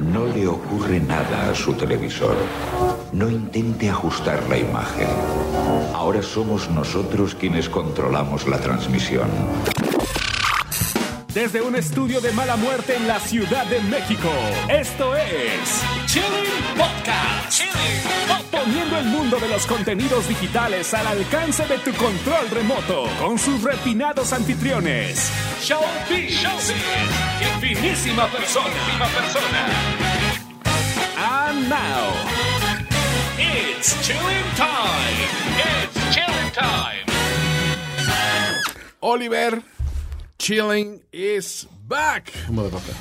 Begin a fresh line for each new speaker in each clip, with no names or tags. No le ocurre nada a su televisor. No intente ajustar la imagen. Ahora somos nosotros quienes controlamos la transmisión.
Desde un estudio de mala muerte en la Ciudad de México, esto es Chilling Podcast. Poniendo el mundo de los contenidos digitales al alcance de tu control remoto con sus refinados anfitriones. Showbiz, finísima persona. And now, it's chilling time. It's chilling time.
Oliver, chilling is back, motherfucker.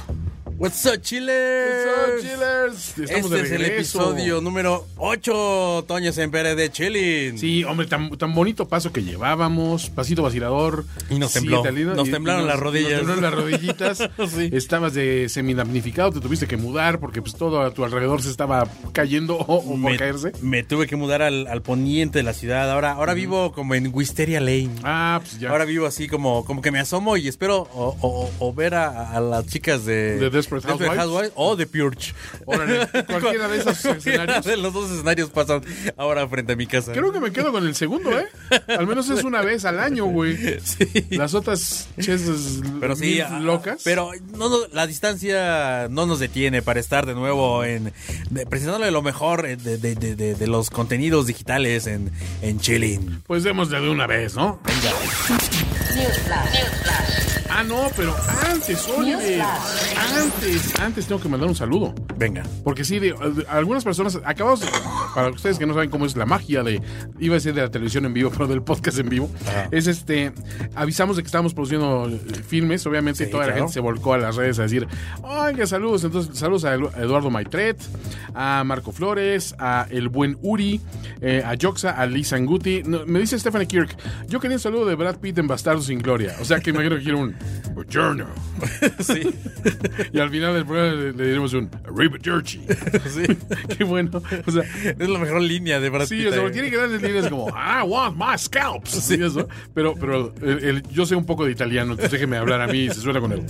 What's up, chillers?
What's up, chillers? Estamos
este
de
es el
regreso.
episodio número 8, Toño Sempere de Chilling.
Sí, hombre, tan, tan bonito paso que llevábamos, pasito vacilador.
Y nos tembló,
siete al hilo,
nos temblaron las rodillas.
Nos temblaron las rodillitas.
Sí.
Estabas de semidamnificado, te tuviste que mudar porque pues todo a tu alrededor se estaba cayendo o, o por
me,
caerse.
me tuve que mudar al, al poniente de la ciudad. Ahora, ahora vivo como en Wisteria Lane.
Ah, pues ya.
Ahora vivo así como, como que me asomo y espero o, o- o ver a, a las chicas de
De Desperate Housewives.
o de Purge.
Órale, cualquiera de esos
Cualquiera
escenarios.
de los dos escenarios pasan ahora frente a mi casa.
Creo que me quedo con el segundo, ¿eh? Al menos es una vez al año, güey.
Sí.
Las otras cheses
Pero sí,
mil
a-
locas.
Pero no, no, la distancia no nos detiene para estar de nuevo en de- presentándole lo mejor eh, de, de- de- de- de los contenidos digitales en, en Chilling.
Pues démosle de una vez, ¿no? Ah, no, pero antes, Oliver. Antes, antes tengo que mandar un saludo.
Venga.
Porque sí, de- de- algunas personas, acabamos, para ustedes que no saben cómo es la magia de, iba a decir de la televisión en vivo, pero del podcast en vivo, es este, avisamos de que estábamos produciendo eh, filmes, obviamente
Sí,
toda la
claro.
gente se volcó a las redes a decir, oiga, saludos, entonces saludos a Edu- a Eduardo Maitret, a Marco Flores, a El Buen Uri, eh, a Joxa, a Liz Anguti, No, me dice Stephanie Kirk, yo quería un saludo de Brad Pitt en Bastardos sin Gloria, o sea que imagino que quiero un Buongiorno.
Sí.
y al final del programa le, le diremos un Arrivederci.
sí.
Qué bueno. O sea,
Es la mejor línea de Brad
sí,
Pitt,
o sea,
eh.
porque tiene que darle líneas como I want my scalps. y eso. Pero, pero el- el- yo sé un poco de italiano, entonces déjeme hablar a mí y se suena con él.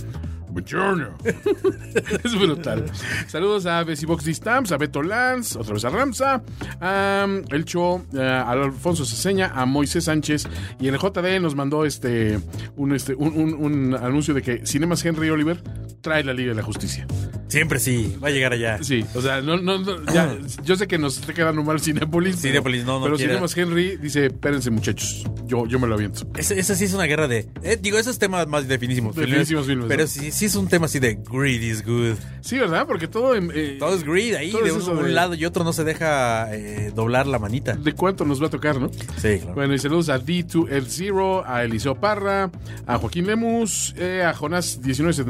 Buongiorno. es brutal. Saludos a Besibox Distamps, a Beto Lanz, otra vez a Ramsa, a um, El Cho, eh, a Alfonso Ceseña, a Moisés Sánchez. Y en el JD nos mandó este un, este, un, un- un anuncio de que Cinemas Henry Oliver trae la Liga de la Justicia.
Siempre sí, va a llegar allá.
Sí, o sea, no, no, no, ya, yo sé que nos está quedando mal Cinépolis. pero-
Cinépolis, no, no
Pero
quiera.
Cinemas Henry dice, espérense muchachos, yo, yo me lo aviento.
Ese- Esa sí es una guerra de. eh, digo, esos temas más definísimos.
Definísimos filmes,
Pero
¿no?
sí, sí es un tema así de greed is good.
Sí, ¿verdad? Porque todo... em, eh,
Todo es greed ahí,
Todo
de
es
un,
eso
un
de-
lado y otro no se deja eh, doblar la manita.
¿De cuánto nos va a tocar, no?
Sí, claro.
Bueno, y saludos a D2F0, a Eliseo Parra, a Joaquín Lemus, eh, a Jonás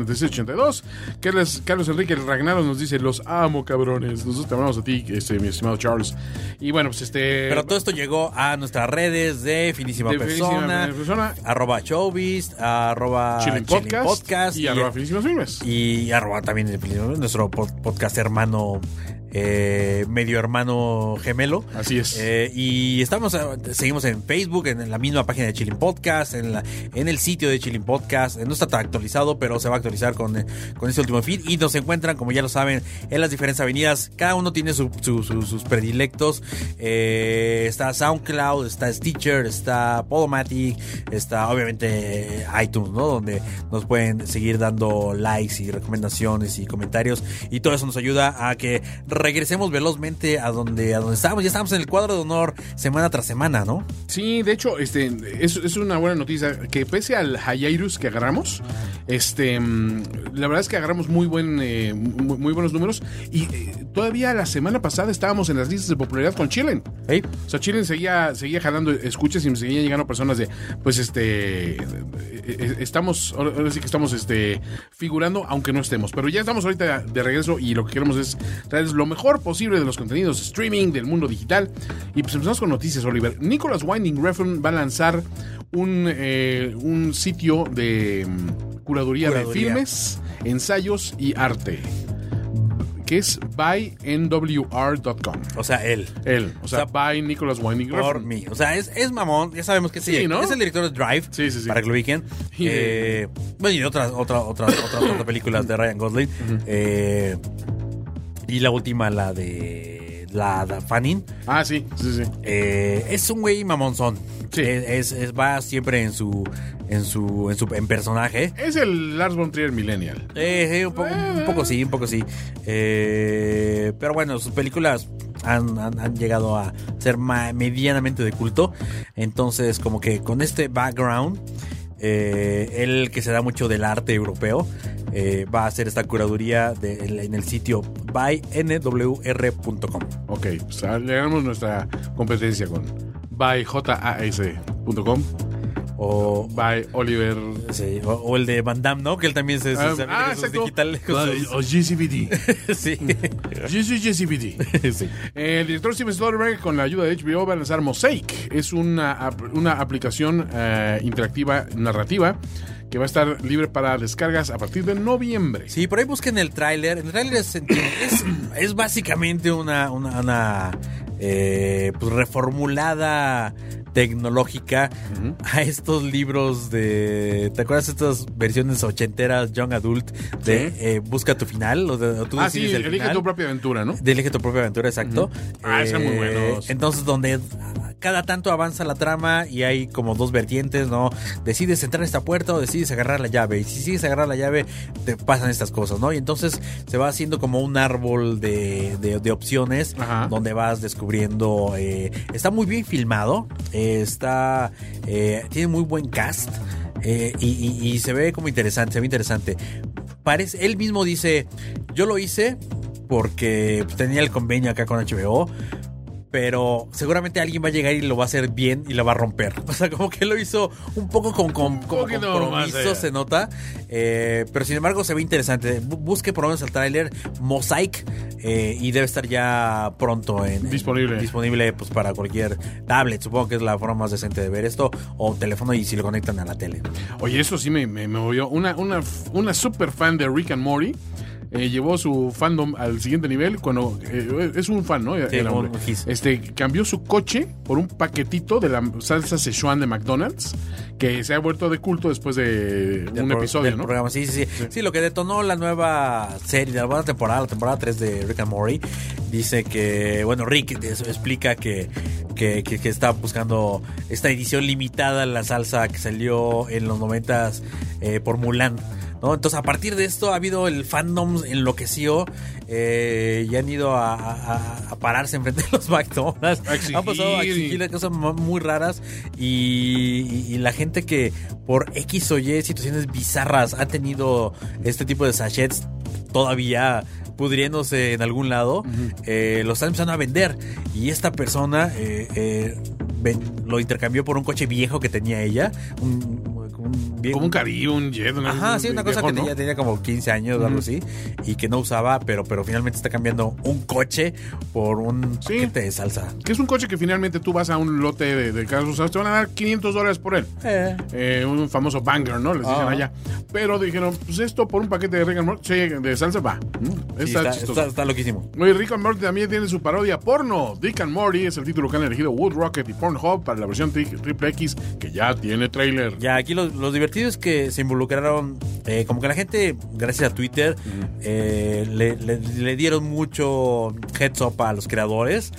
197682, Carlos, Carlos Enrique Ragnaro nos dice, los amo, cabrones. Nosotros te amamos a ti, este, mi estimado Charles. Y bueno, pues este...
Pero todo esto llegó a nuestras redes de Finísima,
De Finísima
persona,
Persona.
arroba showbiz, arroba
Chilling Podcast,
ah, Podcast
y, arroba Finísimas Filmes.
y arroba también el- nuestro pod- podcast hermano, eh, medio hermano gemelo.
Así es.
Eh, y estamos, eh, seguimos en Facebook, en la misma página de Chilling Podcast, en, la, en el sitio de Chilling Podcast. Eh, No está tan actualizado, pero se va a actualizar con, eh, con este último feed. Y nos encuentran, como ya lo saben, en las diferentes avenidas. Cada uno tiene su- su- su- sus predilectos. Eh, está SoundCloud, está Stitcher, está Podomatic, está obviamente eh, iTunes, ¿no? Donde nos pueden seguir dando likes y recomendaciones y comentarios. Y todo eso nos ayuda a que regresemos velozmente a donde, a donde estábamos. Ya estamos en el cuadro de honor semana tras semana, ¿no?
Sí, de hecho, este es, es una buena noticia que pese al Hayairus que agarramos, este mm, la verdad es que agarramos muy buen eh, muy, muy buenos números y eh, todavía la semana pasada estábamos en las listas de popularidad con Chilen.
¿Eh?
O sea, Chilen seguía seguía jalando escuchas y me seguían llegando personas de pues este eh, eh, estamos ahora ahora sí que estamos este figurando aunque no estemos, pero ya estamos ahorita de regreso y lo que queremos es traerles lo mejor posible de los contenidos streaming del mundo digital y pues empezamos con noticias, Oliver. Nicholas Winding Refn va a lanzar un, eh, un sitio de mm, curaduría, de
Curaduría.
filmes, ensayos y arte, que es bynwr.com.
O sea, él.
Él, o sea,
O
by Nicholas Winding
Por
Refn.
mí. O sea, es, es mamón. Ya sabemos que sí,
Sí, ¿no?
es el director de Drive.
Sí, sí, sí.
Para que lo ubiquen.
Y de-
Eh, bueno, y de otras, otras, otras, otras, otras películas de Ryan Gosling. Eh, Y la última, la de la, la Fanning.
Ah, sí, sí, sí.
Eh, es un güey mamonzón.
Sí.
Es, es- es- va siempre en su en su en su en personaje.
Es el Lars von Trier Millennial.
Eh, eh, un, poco, un poco sí, un poco sí. Eh, pero bueno, sus películas han, han- han llegado a ser ma- medianamente de culto. Entonces, como que con este background, eh, él que se da mucho del arte europeo, eh, va a hacer esta curaduría de- en, en el sitio bynwr.com.
Ok, pues ah, le ganamos nuestra competencia con byjas.com,
O,
by Oliver. Ah,
sí, o, o el de Van Damme, ¿no? Que él también se, se- se avienta con sus digitales, con
By-
sus-
O GCBD.
sí.
Yo soy GCBD.
sí.
Eh, El director Steven Soderbergh, con la ayuda de HBO, va a lanzar Mosaic. Es una, ap- una aplicación eh, interactiva narrativa que va a estar libre para descargas a partir de noviembre.
Sí, por ahí busquen el tráiler. El tráiler es, es, es básicamente una, una, una, eh, pues, reformulada tecnológica a estos libros de... ¿Te acuerdas de estas versiones ochenteras, Young Adult, de
Sí.
eh, Busca tu final? O de- o tú
ah, sí,
decides el
elige
final?
tu propia aventura, ¿no?
de Elige tu propia aventura, exacto. Eh,
Ah, están muy buenos.
Entonces, donde cada tanto avanza la trama y hay como dos vertientes, ¿no? Decides entrar a esta puerta o decides agarrar la llave. Y si decides agarrar la llave, te pasan estas cosas, ¿no? Y entonces se va haciendo como un árbol de, de- de opciones
Ajá.
donde vas descubriendo. eh, está muy bien filmado, eh, está. eh, tiene muy buen cast. eh, y, y- y se ve como interesante, se ve interesante. Parece, él mismo dice, yo lo hice porque pues, tenía el convenio acá con HBO, pero seguramente alguien va a llegar y lo va a hacer bien y la va a romper. O sea, como que lo hizo un poco con, con, con
poquito más
compromiso,
allá.
se nota. Eh, pero sin embargo, se ve interesante. Bu- Busque por lo menos el tráiler Mosaic eh, y debe estar ya pronto en, en-
Disponible.
disponible pues, para cualquier tablet. Supongo que es la forma más decente de ver esto. O teléfono y si lo conectan a la tele.
Oye, eso sí me, me, me movió. Una, una, f- una super fan de Rick and Morty. eh, llevó su fandom al siguiente nivel cuando eh, es un fan, ¿no?
Sí,
Era
un-
hombre.
un his.
este cambió su coche por un paquetito de la salsa Szechuan de McDonald's que se ha vuelto de culto después de
Del
un
pro-
episodio,
del
¿no?
programa. Sí, sí, sí, sí. lo que detonó la nueva serie, la nueva temporada, la temporada 3 de Rick and Morty, dice que, bueno, Rick des- explica que, que, que- que está buscando esta edición limitada, la salsa que salió en los 90 por Mulan. ¿no? Entonces, a partir de esto ha habido el fandom enloqueció eh, y han ido a, a- a pararse enfrente de los McDonald's.
A exigir
han pasado a
y-
exigir cosas ma- muy raras y, y- y la gente que por X o Y situaciones bizarras ha tenido este tipo de sachets todavía pudriéndose en algún lado, eh, los están empezando a vender. Y esta persona eh, eh, ven- lo intercambió por un coche viejo que tenía ella, un, un viejo,
Como un caribe, un jet. una-
Ajá, sí, una cosa
viejo,
que
¿no?
tenía, tenía como 15 años o algo así y que no usaba, pero, pero finalmente está cambiando un coche por un
Sí.
paquete de salsa.
Que es un coche que finalmente tú vas a un lote de, de carros usados, te van a dar 500 dólares por él. Eh, un famoso banger, ¿no? Les dicen
Ajá.
allá. Pero dijeron, pues esto por un paquete de Rick and Morty, sí, de salsa va. ¿no?
Sí,
Está
está,
chistoso.
está- está loquísimo.
Muy Rick and Morty también tiene su parodia porno. Dick and Morty es el título que han elegido Wood Rocket y Pornhub para la versión tri- Triple X, que ya tiene trailer.
Ya, aquí los, los divertidos que se involucraron, eh, como que la gente, gracias a Twitter, eh, le, le- le dieron mucho heads up a los creadores.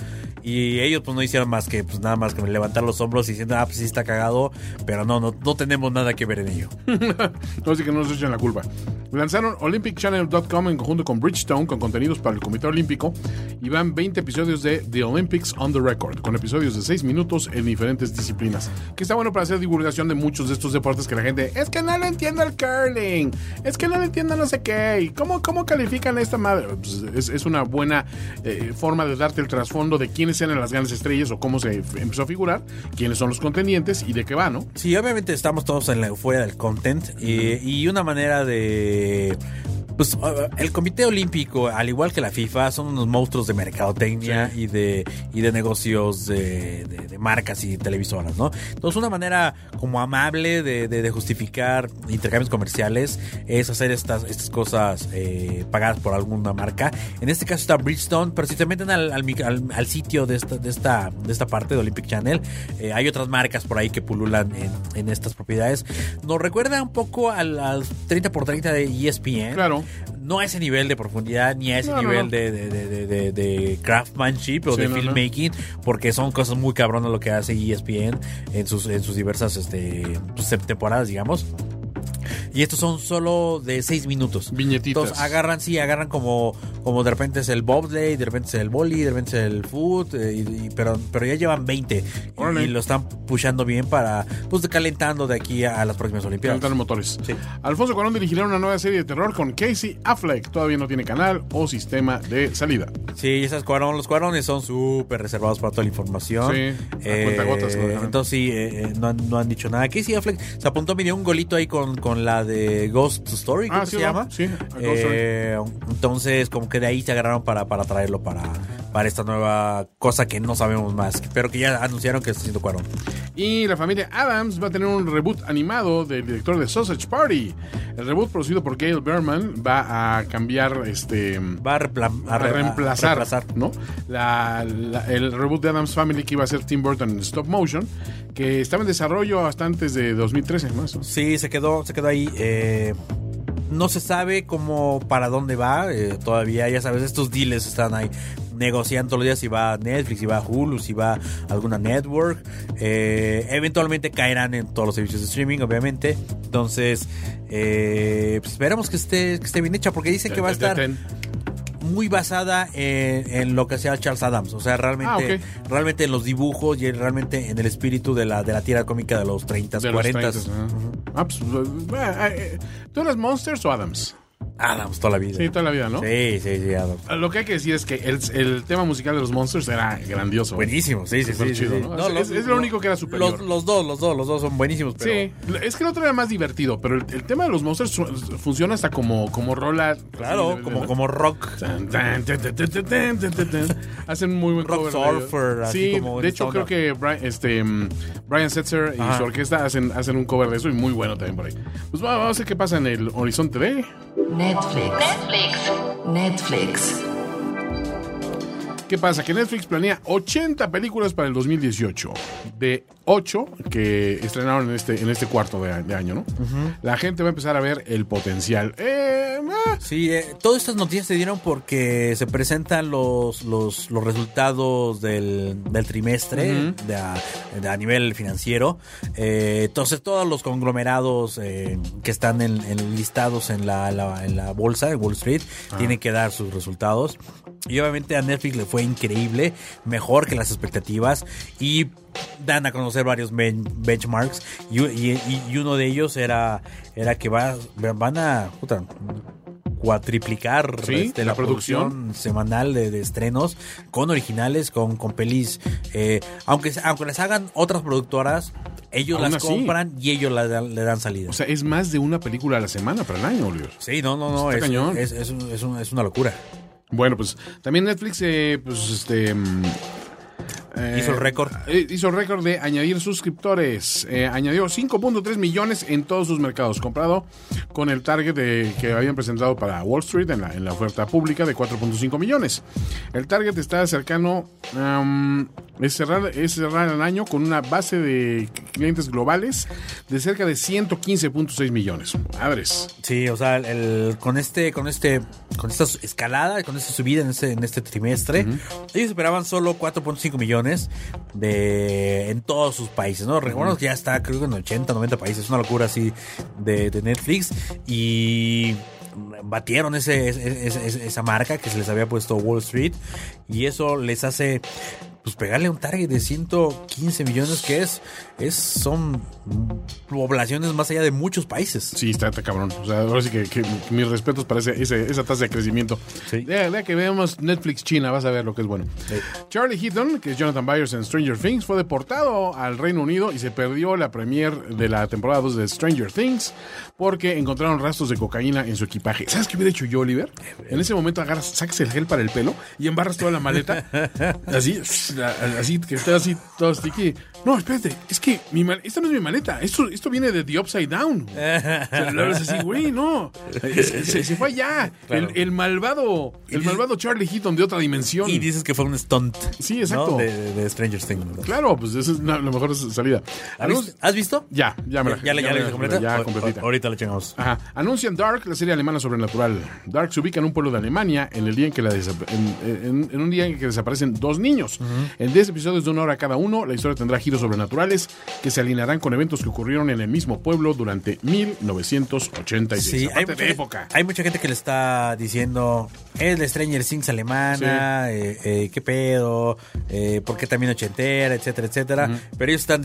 Y ellos pues no hicieron más que pues nada más que levantar los hombros y diciendo, ah, pues sí está cagado, pero no, no, no tenemos nada que ver en ello.
Así que no nos echen la culpa. Lanzaron OlympicChannel.com en conjunto con Bridgestone con contenidos para el Comité Olímpico y van 20 episodios de The Olympics on the Record, con episodios de 6 minutos en diferentes disciplinas. Que está bueno para hacer divulgación de muchos de estos deportes que la gente, es que no le entiendo al curling, es que no le entiendo no sé qué, ¿y cómo, cómo califican a esta madre? Pues es, es una buena eh, forma de darte el trasfondo de quiénes eran las grandes estrellas o cómo se f- empezó a figurar, quiénes son los contendientes y de qué va, ¿no?
Sí, obviamente estamos todos en la euforia del content y, y una manera de... Pues uh, el Comité Olímpico, al igual que la FIFA, son unos monstruos de mercadotecnia y, de, y de negocios de, de- de marcas y televisoras, ¿no? Entonces una manera como amable de, de- de justificar intercambios comerciales es hacer estas, estas cosas eh, pagadas por alguna marca. En este caso está Bridgestone, pero si te meten al, al mic- al- al sitio de esta, de, esta, de esta parte de Olympic Channel, eh, hay otras marcas por ahí que pululan en, en estas propiedades. Nos recuerda un poco al, al 30x30 de E ESPN.
Claro.
No no a ese nivel de profundidad, ni a ese
No, no,
nivel
no.
De, de, de, de, de- de craftsmanship o
Sí,
de
no, no.
filmmaking, porque son cosas muy cabronas lo que hace E ESPN en sus, en sus diversas este, pues, temporadas, digamos. Y estos son solo de 6 minutos.
Viñetitas.
Entonces agarran, sí, agarran como, como de repente es el bobsleigh, de repente es el boli, de repente es el foot, eh, y- y- pero, pero ya llevan 20 y,
Órale.
y lo están pushando bien para, pues calentando de aquí a, a las próximas Olimpiadas.
Calentar motores.
Sí.
Alfonso Cuarón dirigirá una nueva serie de terror con Casey Affleck. Todavía no tiene canal o sistema de salida.
Sí, esas cuarón, los cuarones son súper reservados para toda la información. Eh,
Sí, a cuentagotas lo dejaron.
entonces sí, eh, eh, no, han, no han dicho nada. Casey Affleck se apuntó, medio un golito ahí con, con la de Ghost Story, creo
Ah,
que
sí,
se
¿no?
llama.
Sí, a Ghost
Eh, entonces, como que de ahí se agarraron para, para traerlo para, para esta nueva cosa que no sabemos más, pero que ya anunciaron que está siendo cuarón.
Y la familia Adams va a tener un reboot animado del director de Sausage Party. El reboot producido por Gail Berman va a cambiar este
Va a, repla- a
a
re- a
reemplazar, ¿no? La- la- el reboot de Adams Family que iba a ser Tim Burton en stop motion, que estaba en desarrollo hasta antes de 2013 más. ¿no?
Sí, se quedó, se quedó ahí. eh, no se sabe cómo para dónde va eh, todavía. Ya sabes, estos deals están ahí negociando todos los días si va a Netflix, si va a Hulu, si va a alguna network. Eh, eventualmente caerán en todos los servicios de streaming, obviamente. Entonces, eh, pues esperemos que esté, que esté bien hecha porque dicen que va a estar muy basada en, en lo que hacía Charles Adams. O sea, realmente,
Ah, ok.
realmente en los dibujos y en- realmente en el espíritu de la, de la tira cómica de los 30s,
De los
40s.
30s, ¿no? Ah, pues, eh, eh, ¿Tú eras Monsters o Adams?
Adams toda la vida.
Sí, toda la vida, ¿no? Ah,
Sí, sí, sí, Adams.
Lo que hay que decir es que el, el tema musical de los Monsters era grandioso.
Buenísimo, sí, sí,
Súper
sí. sí,
chido,
sí.
¿no? Es- es lo único que era superior.
Los, los dos, los dos, los dos son buenísimos, pero
Sí, es que el otro era más divertido, pero el, el tema de los Monsters su- funciona hasta como, como rola.
claro,
Sí, de-
como,
de-
como rock.
Tan, tan, tan, tan, tan, tan, tan, tan, tan. Hacen muy buen
Rock
cover de-
surfer, así
Sí, de
como en esta
hecho creo
onda.
que Brian, este, mm, Brian Setzer y
Ajá.
su orquesta hacen, hacen un cover de eso y muy bueno también por ahí. Pues va- vamos a ver qué pasa en el Horizonte B.
Netflix.
Netflix.
Netflix.
¿Qué pasa? Que Netflix planea 80 películas para el 2018. De 8 que estrenaron en este, en este cuarto de, de año, ¿no? La gente va a empezar a ver el potencial. Eh, ah,
Sí, eh, todas estas noticias se dieron porque se presentan los, los, los resultados del, del trimestre de a, de a nivel financiero. Eh, entonces, todos los conglomerados eh, que están en, en- listados en la, la- en la bolsa de Wall Street tienen que dar sus resultados. Y obviamente a Netflix le fue increíble, mejor que las expectativas. Y dan a conocer varios ben- benchmarks. Y, y- y- y uno de ellos era, era que va, van a. puta, cuatriplicar
Sí,
este,
la producción.
semanal de, de estrenos con originales, con, con pelis. Eh, aunque, aunque las hagan otras productoras, ellos
Aún
las
así.
compran y ellos la dan- le dan salida.
O sea, es más de una película a la semana para el año, Oliver.
sí, no, no, no.
está
Es,
cañón.
es- es un- es un- es una locura.
Bueno, pues también Netflix, eh, pues este. mm, eh,
Hizo el récord.
eh, hizo el récord de añadir suscriptores. Eh, añadió 5.3 millones en todos sus mercados, comparado con el target de- que habían presentado para Wall Street en la, en la oferta pública de 4.5 millones. El target está cercano. am, es, cerrar, es cerrar el año con una base de clientes globales de cerca de 115.6 millones. Madres.
Sí, o sea, el, con este, con este, con esta su- escalada, con esta subida en este, en este trimestre, ellos esperaban solo 4.5 millones de en todos sus países, ¿no? Recordemos que ya está, creo que en 80, 90 países, es una locura así de, de Netflix y batieron ese, ese- ese- ese- esa marca que se les había puesto Wall Street y eso les hace pues pegarle un target de 115 millones que es, es son poblaciones más allá de muchos países.
Sí, está, está cabrón. O sea, ahora sí que, que mis respetos para ese- ese- esa tasa de crecimiento.
Sí.
Deja, deja que veamos Netflix China, vas a ver lo que es bueno. Charlie Heaton, que es Jonathan Byers en Stranger Things, fue deportado al Reino Unido y se perdió la premier de la temporada 2 de Stranger Things porque encontraron rastros de cocaína en su equipaje. ¿Sabes qué hubiera hecho yo, Oliver? En ese momento agarras, sacas el gel para el pelo y embarras toda la maleta. así, así, que está así todo sticky. No, espérate, es que mi ma- esta no es mi maleta, esto, esto viene de The Upside Down. güey. O sea, lo abres así, güey, no. Se, se- se fue allá.
Claro.
El, el malvado, el malvado Charlie Heaton de otra dimensión.
Y dices que fue un stunt.
Sí, exacto.
¿no? De, de- de Stranger Things. ¿no?
Claro, pues esa es la, la mejor salida.
¿Has visto? ¿Has visto?
Ya, ya me la
¿Ya, la- ya
me
la viste completa?
Ya
O-
completita. Ah,
o- Ahorita la checamos.
Ajá. Anuncian Dark, la serie alemana sobrenatural. Dark se ubica en un pueblo de Alemania en el día en que la desap- en, en- en un día en que desaparecen dos niños. En 10 episodios de una hora cada uno, la historia tendrá giros sobrenaturales que se alinearán con eventos que ocurrieron en el mismo pueblo durante 1986.
Sí, hay
Aparte
mucha,
de época.
hay mucha gente que le está diciendo, es la Stranger Things alemana, eh, eh, qué pedo, eh, por qué también ochentera, etcétera, etcétera. Pero ellos están...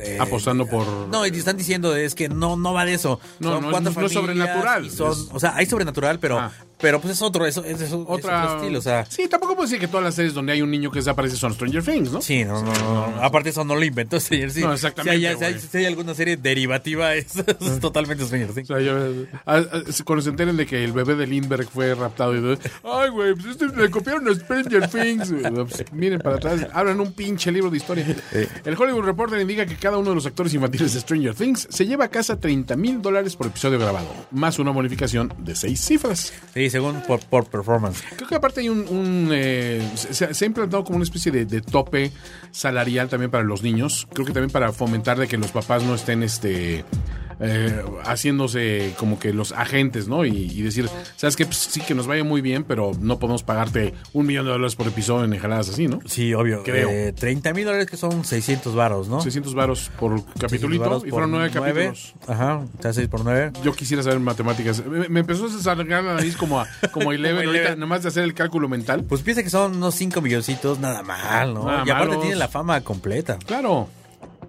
eh,
Apostando por-
No, y están diciendo, es que no no va de eso.
No,
Son
no,
cuatro
no es
familias
sobrenatural.
y son-
Es-
O sea, hay sobrenatural, pero
Ah.
pero pues es otro, es, es- es otro estilo, o sea...
Sí, tampoco puedo decir que todas las series donde hay un niño que desaparece son Stranger Things, ¿no?
Sí, no, no, no, no. Aparte eso no lo inventó Stranger Things.
No, exactamente,
Si hay, si hay-
güey.
si hay alguna serie derivativa, es, es totalmente Stranger Things.
O sea, yo- ah, ah, cuando se enteren de que el bebé de Lindbergh fue raptado y todo, ay, güey, pues este, le copiaron a Stranger Things. güey". Pues, miren para atrás, hablan un pinche libro de historia. El Hollywood Reporter indica que cada uno de los actores infantiles de Stranger Things se lleva a casa 30 mil dólares por episodio grabado, más una bonificación de seis cifras.
Sí, según por, por performance.
Creo que aparte hay un... un, eh, se, se ha implantado como una especie de, de tope salarial también para los niños. Creo que también para fomentar de que los papás no estén este eh, haciéndose como que los agentes, ¿no? Y, y decir, sabes que sí que nos vaya muy bien, pero no podemos pagarte un millón de dólares por episodio en jaladas así, ¿no?
Sí, obvio.
Creo.
30 mil dólares que son 600 varos, ¿no?
600 varos por
600
capitulito
varos
y
por
fueron nueve
nueve.
capítulos.
Ajá, está 6 por 9.
Yo quisiera saber matemáticas. Me, me empezó a salgar la nariz como a, como a Eleven,
Como
ahorita,
Eleven.
nomás de hacer el cálculo mental.
Pues piensa que son unos 5 milloncitos, nada mal, ¿no?
Nada
y aparte
malos.
tiene la fama completa.
Claro.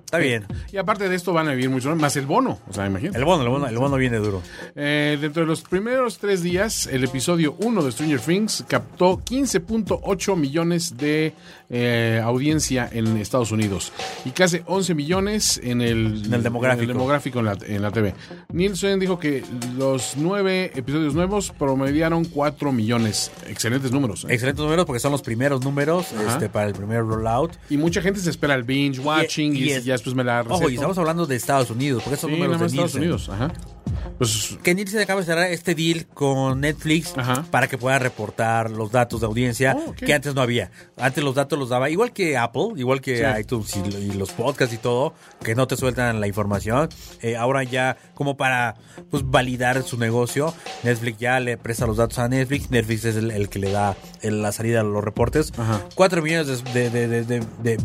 Está bien.
Y aparte de esto van a vivir mucho más el bono, o sea, imagínate.
El bono, el bono, el bono viene duro.
Eh, dentro de los primeros tres días, el episodio 1 de Stranger Things captó 15.8 millones de eh, audiencia en Estados Unidos y casi 11 millones en el,
En el demográfico.
en, el demográfico en la, en la TV. Nielsen dijo que los nueve episodios nuevos promediaron 4 millones. Excelentes números. ¿eh?
Excelentes números porque son los primeros números este, para el primer rollout.
y mucha gente se espera el binge watching Ah, y,
es-
ya después me la
Ojo, y
receto.
estamos hablando de Estados Unidos, porque son
Sí, nada
números
más
de
Estados
Nielsen.
Unidos. Ajá. Pues
que Nielsen acaba de cerrar este deal con Netflix
Ajá.
para que pueda reportar los datos de audiencia
Oh, ok.
que antes no había. Antes los datos los daba igual que Apple, igual que
Sí.
iTunes y, lo- y los podcasts y todo, que no te sueltan la información. Eh, ahora ya como para pues, validar su negocio, Netflix ya le presta los datos a Netflix. Netflix es el, el que le da el- la salida a los reportes.
Ajá.
Cuatro millones de... de- de- de- de-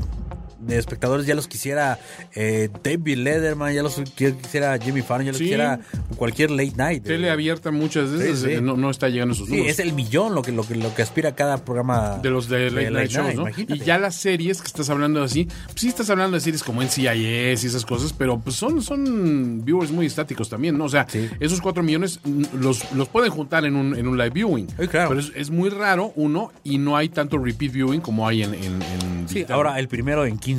de espectadores ya los quisiera eh, David Letterman, ya los quisiera Jimmy Fallon, ya los
Sí.
quisiera cualquier late night.
tele abierta muchas veces
Sí, sí.
eh, No, no está llegando a sus
Sí,
números.
es el millón lo que, lo que, lo que aspira cada programa.
de los de late, night shows, ¿no?
imagínate.
Y ya las series que estás hablando así, pues sí estás hablando de series como NCIS y esas cosas, pero pues son, son viewers muy estáticos también, ¿no? O sea,
Sí.
esos cuatro millones mm, los, los pueden juntar en un, en un live viewing.
Sí, claro.
Pero es, es muy raro, uno, y no hay tanto repeat viewing como hay en, en, en
Sí,
digital.
ahora el primero en 15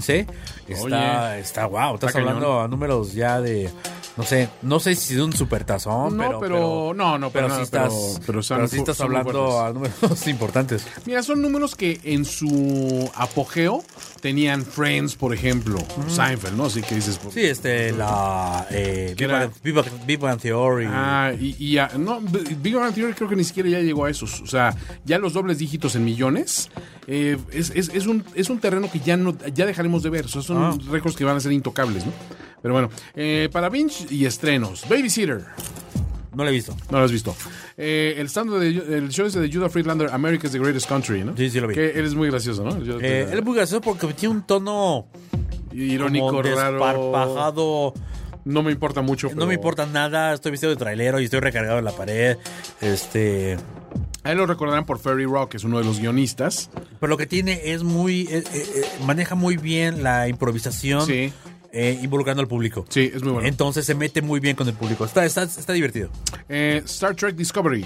está,
Oye.
está wow. Estás
Está
hablando
cañón.
a números ya de. No sé, no sé si de un supertazón,
No,
pero,
pero- no, no,
pero,
para
sí
nada,
estás,
pero- pero son
pero sí
fu-
estás
son muy
hablando a números importantes.
Mira, son números que en su apogeo tenían Friends, por ejemplo,
Mm.
Seinfeld, ¿no? Así que dices... pues,
Sí, este, la. Eh,
¿Qué
Big,
era?
Bang, Big Bang- Big Bang Theory.
Ah, y, y, ah, no, B- Big Bang Theory creo que ni siquiera ya llegó a esos. O sea, ya los dobles dígitos en millones eh, es, es- es un, es un terreno que ya no ya dejaremos de ver. O sea, son
Ah.
récords que van a ser intocables, ¿no? Pero bueno, eh, para binge y estrenos, Babysitter,
no lo he visto.
no lo has visto. Eh, el stand de el show ese de Judah Friedlander, America's the Greatest Country, ¿no?
Sí, sí lo vi.
Que él es muy gracioso, ¿no? El Judah
Eh, él
Friedlander.
es muy gracioso porque tiene un tono.
irónico,
como
raro.
desparpajado.
No me importa mucho.
No
pero-
me importa nada, estoy vestido de trailero y estoy recargado en la pared. Este.
A él lo recordarán por Ferry Rock, que es uno de los guionistas.
Pero lo que tiene es muy. eh, eh, eh, maneja muy bien la improvisación.
Sí.
eh, involucrando al público.
Sí, es muy bueno.
Entonces se mete muy bien con el público. Está, está, está divertido.
Eh, Star Trek Discovery.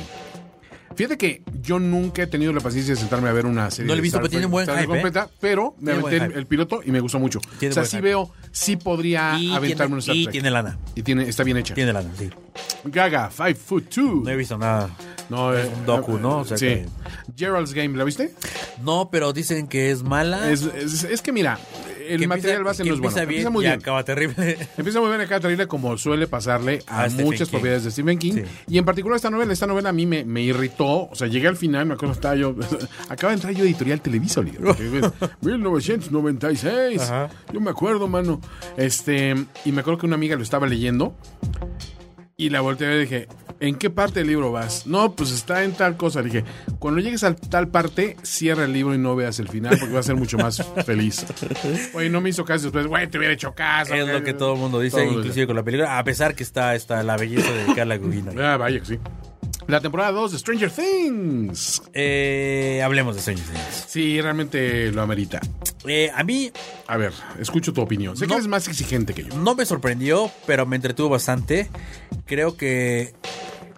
Fíjate que yo nunca he tenido la paciencia de sentarme a ver una serie.
No lo he
de
visto,
Star
pero tiene
Trek-
buen
Star Trek
hype, ¿eh?
completa, pero me
Tiene
aventé
buen
el,
hype.
el piloto y me gustó mucho.
Tiene
o sea,
buen
sí
hype.
veo, sí podría
Y
Ah, aventarme
tiene-
un Star
y
Trek.
tiene lana.
Y tiene, está bien hecha.
Tiene lana, sí.
Gaga, Five Foot Two.
No he visto nada.
No,
es
eh,
un docu,
eh,
¿no? O sea
sí.
que-
Gerald's Game, ¿la viste?
No, pero dicen que es mala.
Es, es- es que mira, el
Ah. que
material
empieza-
base
que
no es bueno.
empieza bien
empieza muy
y
bien.
acaba terrible.
Empieza muy bien acá terrible, como suele pasarle a,
A Ah, Stephen
muchas
King.
propiedades de Stephen King.
Sí.
Y en particular esta novela. Esta novela a mí me, me irritó. O sea, llegué al final, me acuerdo, estaba yo. acaba de entrar yo a editorial Televisa, Oliver. 1996.
Ajá.
Yo me acuerdo, mano. Este, y me acuerdo que una amiga lo estaba leyendo. Y la volteé y dije, ¿en qué parte del libro vas? No, pues está en tal cosa. Le dije, cuando llegues a tal parte, cierra el libro y no veas el final porque va a ser mucho más feliz. Güey, no me hizo caso después. Güey, te hubiera hecho caso.
es lo que todo el mundo dice,
Todo el mundo
inclusive con la película, a pesar que está, está la belleza de Carla Gugino.
Ah, vaya que sí. La temporada 2 de Stranger Things.
Eh, hablemos de Stranger Things.
Sí, realmente lo amerita.
Eh, a mí
A ver, escucho tu opinión. Sé que
No.
eres más exigente que yo.
no me sorprendió, pero me entretuvo bastante. Creo que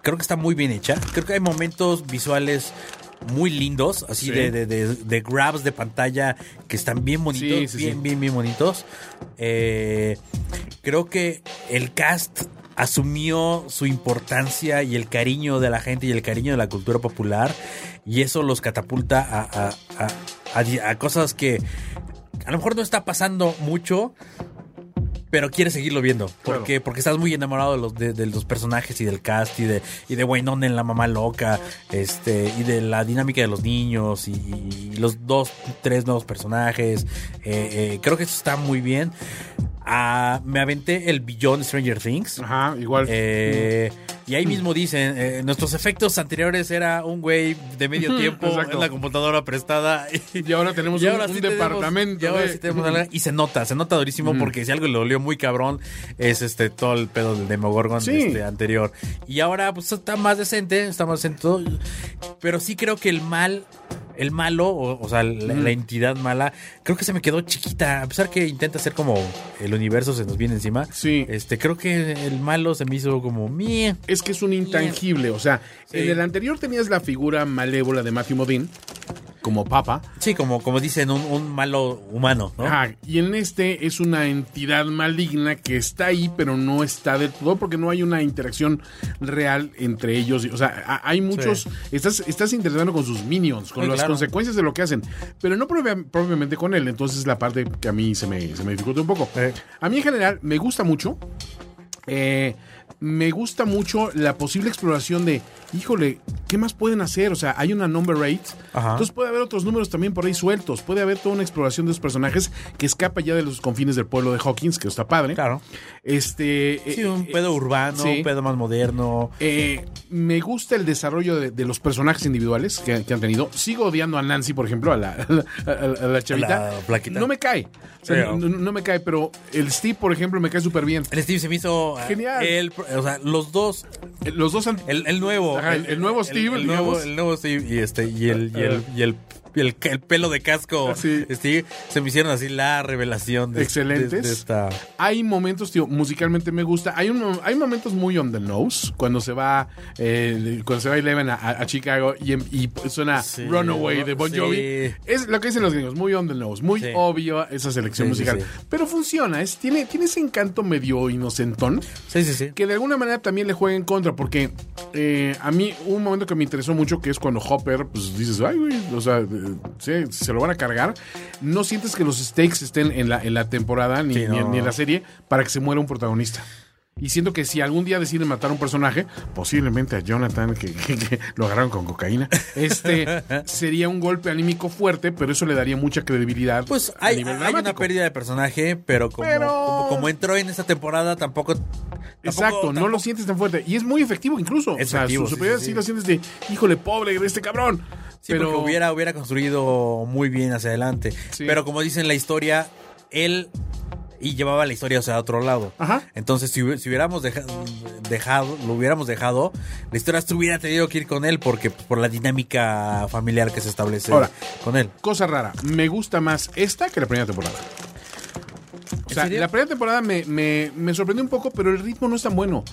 creo que está muy bien hecha. Creo que hay momentos visuales muy lindos, así
Sí.
de, de- de- de grabs de pantalla que están bien bonitos,
Sí, sí,
bien,
sí.
bien, bien bonitos. Eh, creo que el cast asumió su importancia y el cariño de la gente y el cariño de la cultura popular y eso los catapulta a, a- a- a di- a cosas que a lo mejor no está pasando mucho, pero quieres seguirlo viendo. Porque, porque estás muy enamorado de los, de, de los personajes y del cast y de, y de Waynon en la mamá loca. Este, y de la dinámica de los niños y, y los dos, tres nuevos personajes. Eh, eh, creo que eso está muy bien. Ah, me aventé el Beyond Stranger Things.
Ajá, igual.
Eh, y ahí mismo dicen, eh, nuestros efectos anteriores era un güey de medio tiempo
Exacto.
en la computadora prestada y
y ahora tenemos
y
un,
ahora
un
sí tenemos-
departamento.
y ahora
de-
sí tenemos algo- y se nota, se nota durísimo porque si algo le dolió muy cabrón es este todo el pedo del Demogorgon
Sí.
este, anterior. Y ahora pues está más decente, está más decente todo. Pero sí creo que el mal, el malo, o, o sea, la, la entidad mala, creo que se me quedó chiquita. A pesar que intenta ser como el universo se nos viene encima.
Sí.
Este, creo que el malo se me hizo como mie.
es que es un intangible. O sea,
Sí.
en el anterior tenías la figura malévola de Matthew Modine como papa.
Sí, como, como dicen, un, un malo humano, ¿no?
Ajá, y en este es una entidad maligna que está ahí, pero no está del todo, porque no hay una interacción real entre ellos. O sea, a- hay muchos.
Sí.
Estás, estás interactuando con sus minions, con
Sí,
las
claro.
consecuencias de lo que hacen, pero no propia- propiamente con él. Entonces, la parte que a mí se me, se me dificulta un poco.
Eh.
A mí, en general, me gusta mucho. Eh, me gusta mucho la posible exploración de, híjole, ¿qué más pueden hacer? O sea, hay una number rate.
Ajá.
Entonces puede haber otros números también por ahí sueltos. Puede haber toda una exploración de los personajes que escapa ya de los confines del pueblo de Hawkins, que está padre.
Claro.
Este.
Sí,
eh,
un
eh,
pedo urbano,
sí.
un pedo más moderno.
eh, me gusta el desarrollo de, de los personajes individuales que, que han tenido. Sigo odiando a Nancy, por ejemplo, a la, a la- a la- a la chavita.
La flaquita.
No me cae. O sea,
Pero-
no, no- no me cae, pero el Steve, por ejemplo, me cae súper bien.
El Steve se me hizo. ah,
Genial.
el- o sea, los dos.
Eh, Los dos han-
El, el nuevo.
Ajá, el- el nuevo Steve,
El, nuevo,
digamos.
el nuevo Steve y este. Y el. Y el, y el y el, el pelo de casco
Ah, Sí.
Steve se me hicieron así la revelación de,
Excelentes.
de- de esta
Hay momentos, tío, musicalmente me gusta. Hay, un, hay momentos muy on the nose cuando se va eh, cuando se va Eleven a, a Chicago y, en- y suena
Sí.
Runaway de Bon
Sí.
Jovi. Es lo que dicen los gringos, muy on the nose, muy
Sí.
obvio esa selección
Sí, sí,
musical.
sí.
Pero funciona, es, tiene, tiene ese encanto medio inocentón
sí sí sí
que de alguna manera también le juega en contra, porque eh, a mí hubo un momento que me interesó mucho, que es cuando Hopper, pues dices, ay, güey, o sea, eh, sí, se lo van a cargar. No sientes que los stakes estén en la, en la temporada ni,
Sí,
ni-
no.
ni en la serie para que se muera un protagonista. Y siento que si algún día deciden matar a un personaje, posiblemente a Jonathan, que, que- que lo agarraron con cocaína, este sería un golpe anímico fuerte, pero eso le daría mucha credibilidad.
pues
a
hay,
nivel
hay una
dramático.
pérdida de personaje pero como,
Pero-
como, como entró en esta temporada tampoco
Exacto,
tampoco-
no lo sientes tan fuerte. Y es muy efectivo incluso.
Es
o sea,
efectivo,
su
sí,
superioridad sí,
sí, sí.
lo sientes de, híjole, pobre de este cabrón.
Sí, pero hubiera, hubiera construido muy bien hacia adelante.
Sí.
Pero como dicen la historia, él y llevaba la historia hacia otro lado.
Ajá.
Entonces, si, hubi- si hubiéramos deja- dejado, lo hubiéramos dejado, la historia se hubiera tenido que ir con él porque pues, por la dinámica familiar que se establece
Ahora.
con él.
Cosa rara, me gusta más esta que la primera temporada. O sea,
serio?
la primera temporada me, me- me sorprendió un poco, pero el ritmo no es tan bueno.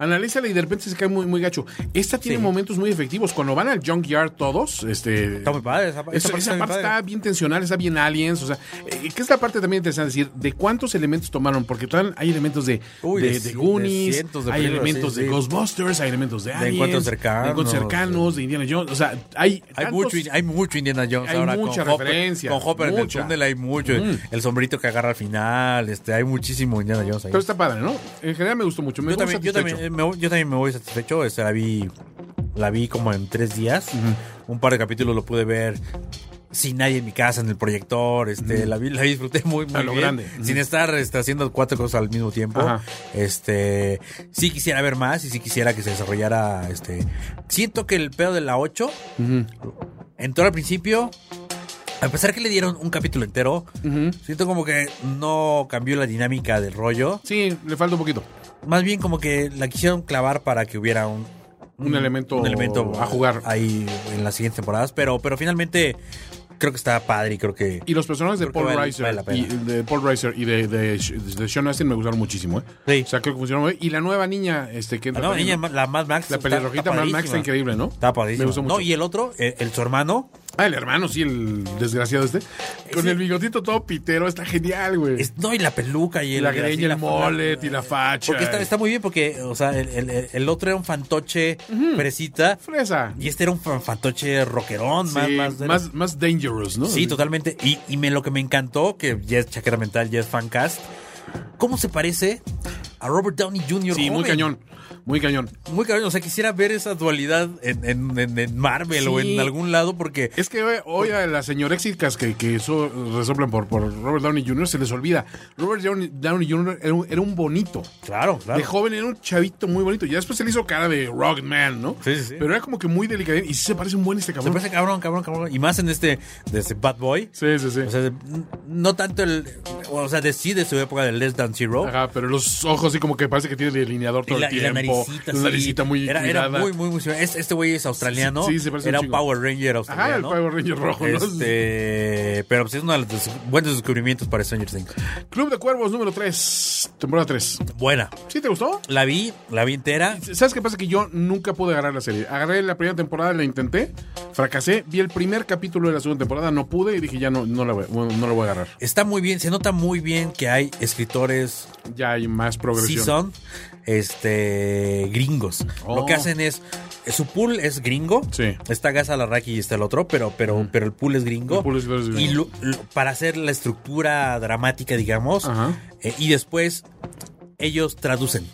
Analízala y de repente se cae muy, muy gacho. Esta tiene
Sí.
momentos muy efectivos. Cuando van al junkyard todos, este.
Está muy padre. Esa, esa
Esa,
parte
esa
está muy
parte
padre.
está bien tensional, está bien aliens, o sea, eh, que es la parte también interesante, es decir, de cuántos elementos tomaron, porque también hay elementos de,
Uy,
de,
de
de
ci- de
Goonies,
cientos de
hay
películas,
elementos
sí,
de
sí.
Ghostbusters, hay elementos de, aliens,
encuentros cercanos,
de encuentros cercanos, de Indiana Jones, o sea, hay,
Hay
tantos-
mucho, hay mucho Indiana Jones
Hay
ahora
mucha
con Hopper,
referencia,
con Hopper en el
mucha. Mm.
túnel hay mucho, el sombrerito que agarra al final, este, hay muchísimo Indiana Jones ahí.
pero está padre, ¿no? En general me gustó mucho, me
yo,
dejó
también, yo,
satisfecho.
también, eh, me, voy- yo también me voy satisfecho. este, la vi la vi como en tres días. Un par de capítulos lo pude ver sin nadie en mi casa, en el proyector. Este, la, vi, la disfruté muy, muy
A lo
bien,
grande. Ujú.
Sin estar este, haciendo cuatro cosas al mismo tiempo.
Ajá.
Este, sí quisiera ver más y sí quisiera que se desarrollara. Este, siento que el pedo de la 8 entró al principio. A pesar que le dieron un capítulo entero, siento como que no cambió la dinámica del rollo.
Sí, le falta un poquito.
Más bien como que la quisieron clavar para que hubiera un,
Un elemento a jugar.
ahí en las siguientes temporadas, pero, pero finalmente creo que está padre y creo que...
Y los personajes de
Creo que
Paul,
vale-
Reiser,
vale la pena.
y, de Paul Reiser y de, de, de Sean Astin me gustaron muchísimo, ¿eh?
Sí.
O sea, creo que funcionó muy bien. Y la nueva niña, este, que
La
entra
nueva
también,
Ah, niña,
¿no?
ma- la Mad Max.
La
está-
pelirrojita
está
Mad Max está
padrísima.
increíble, ¿no?
Está padrísima.
Me gustó mucho.
No, y el otro, el, el- su hermano,
Ah, el hermano, sí, el desgraciado este. Con
Ese-
el bigotito todo pitero, está genial, güey.
es- no, y la peluca y
Y
el...
la
así
greña, el mullet y la facha.
Porque está,
y-
está muy bien porque, o sea, el, el- el- el otro era un fantoche fresita
Fresa.
y este era un fan- fantoche rockerón, más,
Sí,
más,
más,
de-
más, dangerous, ¿no?
Sí, totalmente. Y, y me, lo que me encantó, que ya es chaquera mental, ya es fancast, ¿cómo se parece a Robert Downey Jr.?
Sí, muy
joven?
cañón. Muy cañón.
Muy cañón. O sea, quisiera ver esa dualidad en, en- en- en Marvel o
Sí.
en algún lado, porque
Es que hoy- hoy a las señorexicas que, que so- resoplan por, por Robert Downey Jr. se les olvida. Robert Downey, Downey Jr. Era un, era un bonito.
Claro, claro.
De joven era un chavito muy bonito. Ya después se le hizo cara de Rockman, ¿no?
Sí, sí, sí.
Pero era como que muy delicadín. Y sí se parece un buen este
se
cabrón.
parece cabrón, cabrón, cabrón. Y más en este, de este Bad Boy.
Sí, sí, sí.
O sea, de- no tanto el. O sea, de sí, de su época de Less Than Zero.
Ajá, pero los ojos sí como que parece que tiene delineador
Y
todo
la,
el
y la
tiempo.
naricita, sí.
muy
era, era
cuidada.
muy, muy, muy. similar. Es- Este güey es australiano.
Sí, sí, se parece
era
un
un
chingo.
Power Ranger
Ajá, el
australiano.
Power Ranger rojo, ¿no?
Este, pero pues es uno de los des- buenos descubrimientos para Stranger Things.
Club de Cuervos número 3, temporada 3.
Buena.
¿Sí te gustó?
La vi, la vi entera.
¿Sabes qué pasa? Que yo nunca pude agarrar la serie. Agarré la primera temporada, la intenté, fracasé, vi el primer capítulo de la segunda temporada, no pude y dije ya no, no la voy, bueno, no la voy a agarrar.
Está muy bien, se nota muy bien que hay escritores
Ya hay más progresión.
season este gringos.
Oh.
Lo que hacen es eh, su pool es gringo.
Sí. Mm.
Está Gaza Larraqui y está el otro, pero pero pero el pool es gringo.
El pool es gringo.
Y lo- lo- para hacer la estructura dramática, digamos,
Ajá.
eh, y después ellos traducen.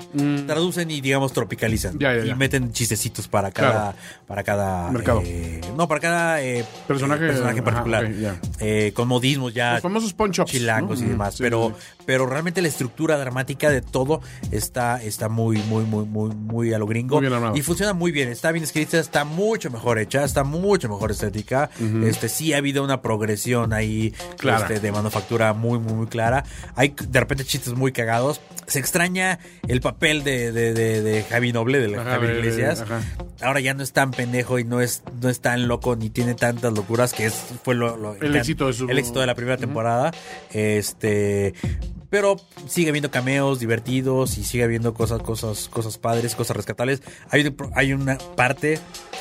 Traducen y digamos tropicalizan
Mm. Ya, ya, ya.
y meten chistecitos para cada para cada
Mercado.
eh, no, para cada eh,
Personaje,
personaje
ajá,
en particular.
ok, ya.
Eh, con modismos ya
Los famosos punch-ups,
chilangos
¿no?
y demás.
Mm, Sí,
pero,
sí,
pero realmente la estructura dramática de todo está, está muy, muy, muy, muy, muy a lo gringo.
Muy bien armado.
y funciona muy bien. Está bien escrita, está mucho mejor hecha, está mucho mejor estética. Este sí ha habido una progresión ahí
Clara.
este, de manufactura muy, muy, muy clara. Hay de repente chistes muy cagados. Se extraña el papel de, de, de- de Javi Noble, de la
Ajá,
Javi
de- de-
Iglesias.
ajá.
Ahora ya no es tan pendejo y no es, no es tan loco ni tiene tantas locuras que es, fue lo, lo-
El éxito de su-
el éxito de la primera temporada. Este. Pero sigue habiendo cameos divertidos y sigue habiendo cosas, cosas, cosas padres, cosas rescatables. Hay, un pro- hay una parte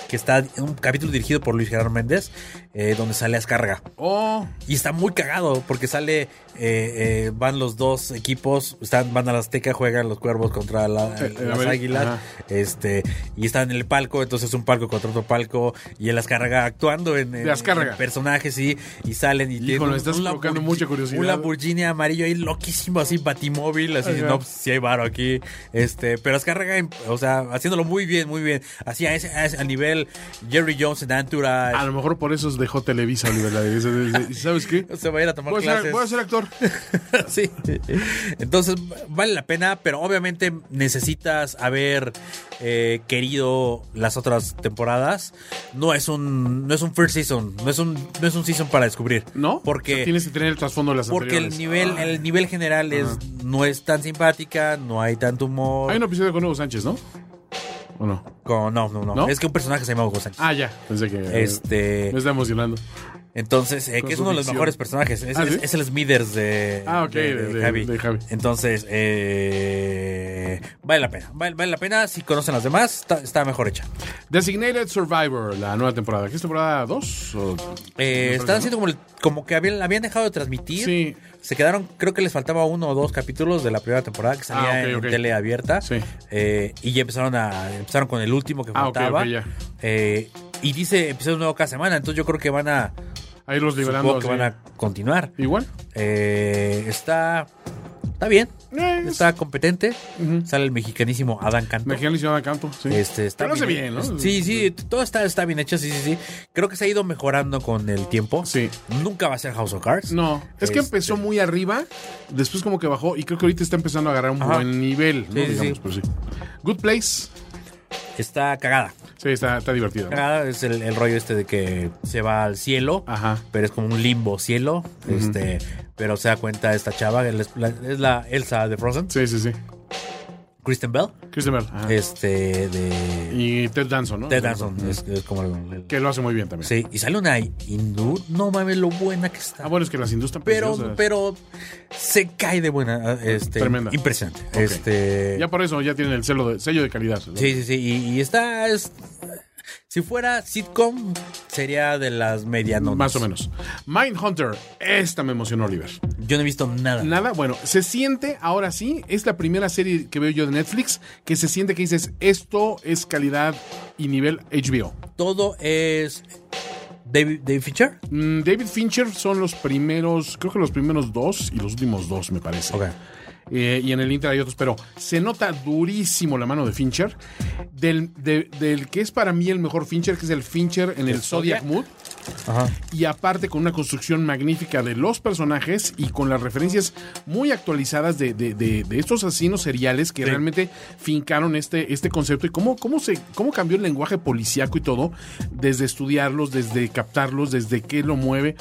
que está, un capítulo dirigido por Luis Gerardo Méndez, eh, donde sale Ascarga.
Oh,
Y está muy cagado porque sale, eh, eh, van los dos equipos, están, van a la Azteca, juegan los cuervos contra la-
Eh, eh, a
las
ver,
águilas,
ajá.
este, y están en el palco, entonces un palco contra otro palco, y el Azcárraga actuando en, en-
De Azcárraga.
en personajes y, y salen y
Híjole, estás provocando
Lamborghini-
mucha curiosidad.
Un Lamborghini amarillo ahí loquísimo, así batimóvil, así,
Ajá.
no, pues, si hay varo aquí, este, pero Azcárraga, o sea, haciéndolo muy bien, muy bien, así a, ese, a, ese- a nivel Jerry Jones en Antura,
a lo mejor por eso dejó Televisa, Oliver. la de- ¿Sabes qué?
se va a ir a tomar
Voy a
clases.
ser, voy a ser actor.
sí. Entonces, vale la pena, pero obviamente necesitas haber eh, querido las otras temporadas. No es un no es un first season, no es un no es un season para descubrir,
¿No?
Porque
O sea, tienes que tener el trasfondo de las
porque el
anteriores. Ah.
nivel el nivel general es no es tan simpática, no hay tanto humor.
Hay un episodio con Hugo Sánchez, ¿no? ¿O no?
Con, no, no, no,
¿No?
Es que un personaje se llama Hugo Sánchez.
Ah, ya. Pensé que. eh,
Este-
Me está emocionando.
Entonces, eh,
Con
que es
su
uno de los
visión.
mejores personajes. Es,
Ah,
es-
¿sí?
es el Smithers de,
Ah, ok,
de-
de- de- de Javi.
Entonces, eh, vale la pena. Vale, vale la pena. Si conocen las demás, está, está mejor hecha.
Designated Survivor, la nueva temporada. ¿Qué es temporada 2?
Eh, están haciendo como, el- como que habían, habían dejado de transmitir.
Sí.
Se quedaron, creo que les faltaba uno o dos capítulos de la primera temporada que salía
Ah, ok,
en
ok.
tele abierta.
Sí.
Eh, y ya empezaron a empezaron con el último que
Ah, ok,
faltaba.
ok, ya.
Eh, y dice episodio nuevo cada semana. Entonces yo creo que van a,
Ahí los liberando.
supongo que
sí.
van a continuar.
Igual.
Eh, está, está bien.
Eh,
Está competente. Sale el mexicanísimo Adam Cantó.
Mexicano y Ciudad de Campo. Sí.
Este, está
Pero lo hace bien, ¿no?
Sí, sí, todo está, está bien hecho, sí, sí, sí. Creo que se ha ido mejorando con el tiempo.
Sí.
Nunca va a ser House of Cards.
No, es que
Este,
empezó muy arriba, después como que bajó y creo que ahorita está empezando a agarrar un
Ajá.
buen nivel, ¿no?
Sí, sí,
Digamos,
sí.
pero sí. Good Place,
Está cagada.
sí, está, está divertido. ¿no?
Cagada es el, el rollo este de que se va al cielo,
Ajá.
pero es como un limbo cielo. Este, pero se da cuenta esta chava, el- es la, es la Elsa de Frozen,
Sí, sí, sí.
Kristen Bell,
Christopher. ajá.
este de
Y Ted Danson, ¿no?
Ted Danson, es, es como el- el-
Que lo hace muy bien también.
Sí, y sale una hindú, no mames lo buena que está.
Ah, bueno, es que las industrias
pero, pero se cae de buena. Este,
Tremenda.
Impresionante.
Ok.
Este,
Ya por eso ya tienen el sello de, sello de calidad. ¿no?
sí, sí, sí. Y, y está. es- si fuera sitcom, sería de las medianotas.
Más o menos. Mindhunter, esta me emocionó, Oliver.
Yo no he visto nada.
Nada, bueno, se siente, ahora sí, es la primera serie que veo yo de Netflix que se siente que dices, esto es calidad y nivel HBO.
Todo es. David, David Fincher.
Mm, David Fincher son los primeros, creo que los primeros dos y los últimos dos, me parece.
Ok.
Eh, y en el Inter hay otros, pero se nota durísimo la mano de Fincher. Del, de- del que es para mí el mejor Fincher, que es el Fincher en el Zodiac Mood.
Ajá.
Y aparte con una construcción magnífica de los personajes y con las referencias muy actualizadas de, de- de- de estos asesinos seriales que realmente fincaron este, este concepto y cómo, cómo, se, cómo cambió el lenguaje policíaco y todo, desde estudiarlos, desde captarlos, desde qué lo mueve.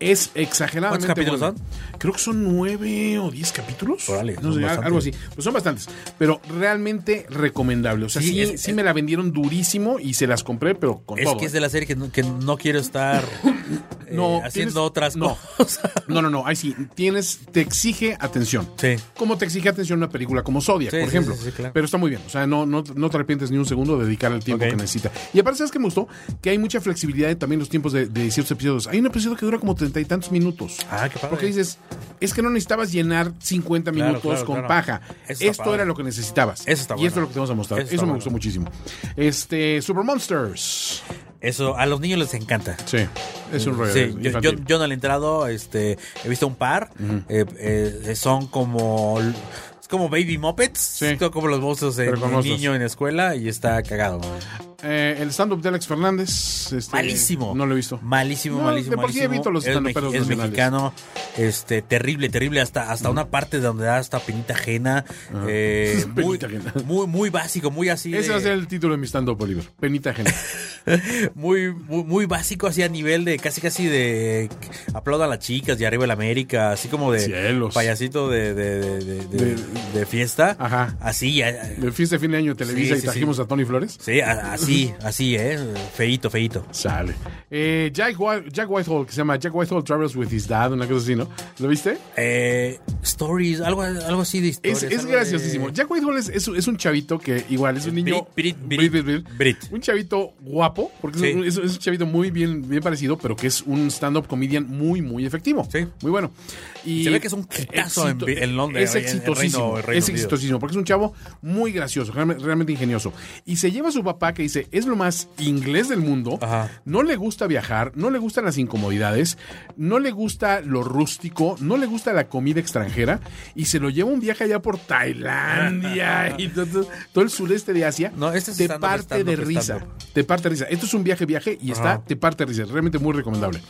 Es exageradamente.
¿Cuántos capítulos
bueno. Creo que son nueve o diez capítulos.
Órale,
No
son
sé,
bastantes.
algo así. Pues son bastantes, pero realmente recomendable. O sea,
Sí,
sí,
es-
sí me la vendieron durísimo y se las compré, pero con
Es
todo.
que
¿eh?
es de la serie que no, que no quiero estar eh,
No,
haciendo
tienes-
otras
no.
cosas.
No, no, no. Ahí sí, tienes, te exige atención.
Sí.
Como te exige atención una película como Zodiac,
Sí,
por
sí,
ejemplo.
sí, sí, claro.
Pero está muy bien. O sea, no, no, no te arrepientes ni un segundo de dedicar el tiempo
Ok.
que necesita. Y aparte, ¿sabes qué me gustó? Que hay mucha flexibilidad en también los tiempos de, de ciertos episodios. Hay un episodio que dura como treinta y tantos minutos.
Ah, qué padre.
Porque dices, es que no necesitabas llenar 50
Claro,
minutos
claro,
con
claro.
paja.
Eso está
Esto
padre.
era lo que necesitabas.
Eso está
y
bueno.
esto es lo que te vamos a mostrar.
Eso
Eso,
está
me
bueno.
gustó muchísimo. Este, Super Monsters.
Eso a los niños les encanta.
Sí, es un rollo.
Sí, yo, yo,
infantil.
yo no le he entrado, este, he visto un par, eh, eh, son como, es como baby muppets,
Sí.
son como los bolsos de
Pero con
un
osos.
niño en la escuela y está cagado.
Eh, el stand-up de Alex Fernández. este,
malísimo.
No lo he visto.
Malísimo,
No,
malísimo.
de por sí
malísimo.
evito los
es,
estandoperos
meji- es
nacionales.
mexicano, este, terrible, terrible, hasta, hasta una parte de donde da hasta penita ajena, eh, muy,
Penita ajena.
muy, muy básico, muy así.
Ese
de-
va a ser el título de mi stand-up, Oliver. Penita ajena.
muy, muy, muy básico, así a nivel de casi casi de aplaudan a las chicas y arriba el América, así como de
Cielos.
payasito de, de, de, de- de-
De-
de fiesta.
Ajá.
Así, a-
Le fiesta de fin de año de Televisa
Sí,
y
sí,
trajimos
sí.
a Tony Flores.
sí, a- así, así, ¿eh? Feito, feito.
Sale. Eh, Jack, Wi- Jack Whitehall, que se llama Jack Whitehall Travels with His Dad, una cosa así, ¿no? ¿Lo viste?
Eh, stories, algo, algo así de historias.
Es, es
algo
graciosísimo.
de-
Jack Whitehall es, es, un- es un chavito que igual es un
Brit,
niño.
Eh, Brit, Brit, Brit.
Un chavito guapo, porque
Sí.
es, un, es un- es un chavito muy bien, bien parecido, pero que es un stand-up comedian muy, muy efectivo.
Sí.
Muy bueno. Y
Se ve que es un hitazo en- en Londres,
Es
en- en Reino-
exitosísimo.
en Reino
es
Unido.
exitosísimo, porque es un chavo muy gracioso, realme- realmente ingenioso. Y se lleva a su papá que dice: es lo más inglés del mundo.
Ajá.
No le gusta viajar, no le gustan las incomodidades, no le gusta lo rústico, no le gusta la comida extranjera y se lo lleva un viaje allá por Tailandia y to- to- todo, el sureste de Asia.
No, este es
te
stand-up,
parte
stand-up,
de risa.
stand-up.
Te parte de risa. Esto es un viaje, viaje y está, te parte de risa. Realmente muy recomendable.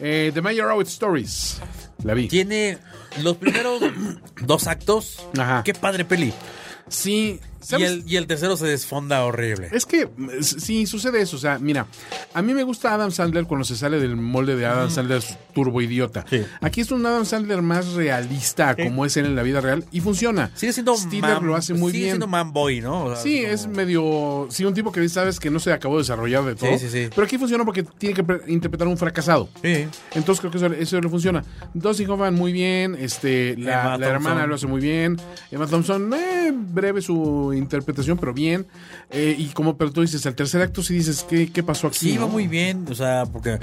Eh, The Mayor Out Stories. La vi.
Tiene los primeros dos actos.
Ajá.
Qué padre peli.
Sí,
Y
¿Sabes?
el, y el tercero se desfonda horrible.
Es que mm, sí, sucede eso. O sea, mira, a mí me gusta Adam Sandler cuando se sale del molde de Adam Sandler turbo idiota.
Sí.
Aquí es un Adam Sandler más realista, como es él en la vida real, y funciona.
Sigue siendo
Stiller
man-
lo hace muy
sigue
bien.
siendo man boy, ¿no? O sea,
Sí,
como-
es medio. Sí, un tipo que sabes que no se acabó de desarrollar de todo.
sí, sí.
Pero aquí funciona porque tiene que pre- interpretar a un fracasado.
Sí.
Entonces creo que eso, eso le funciona. Dustin Hoffman muy bien, este, la,
Emma
la hermana
Thompson.
lo hace muy bien. Emma Thompson, eh, breve su interpretación, pero bien. Eh, y como pero tú dices, al tercer acto sí dices, ¿qué, qué pasó aquí?
Sí, iba
no?
muy bien, o sea, porque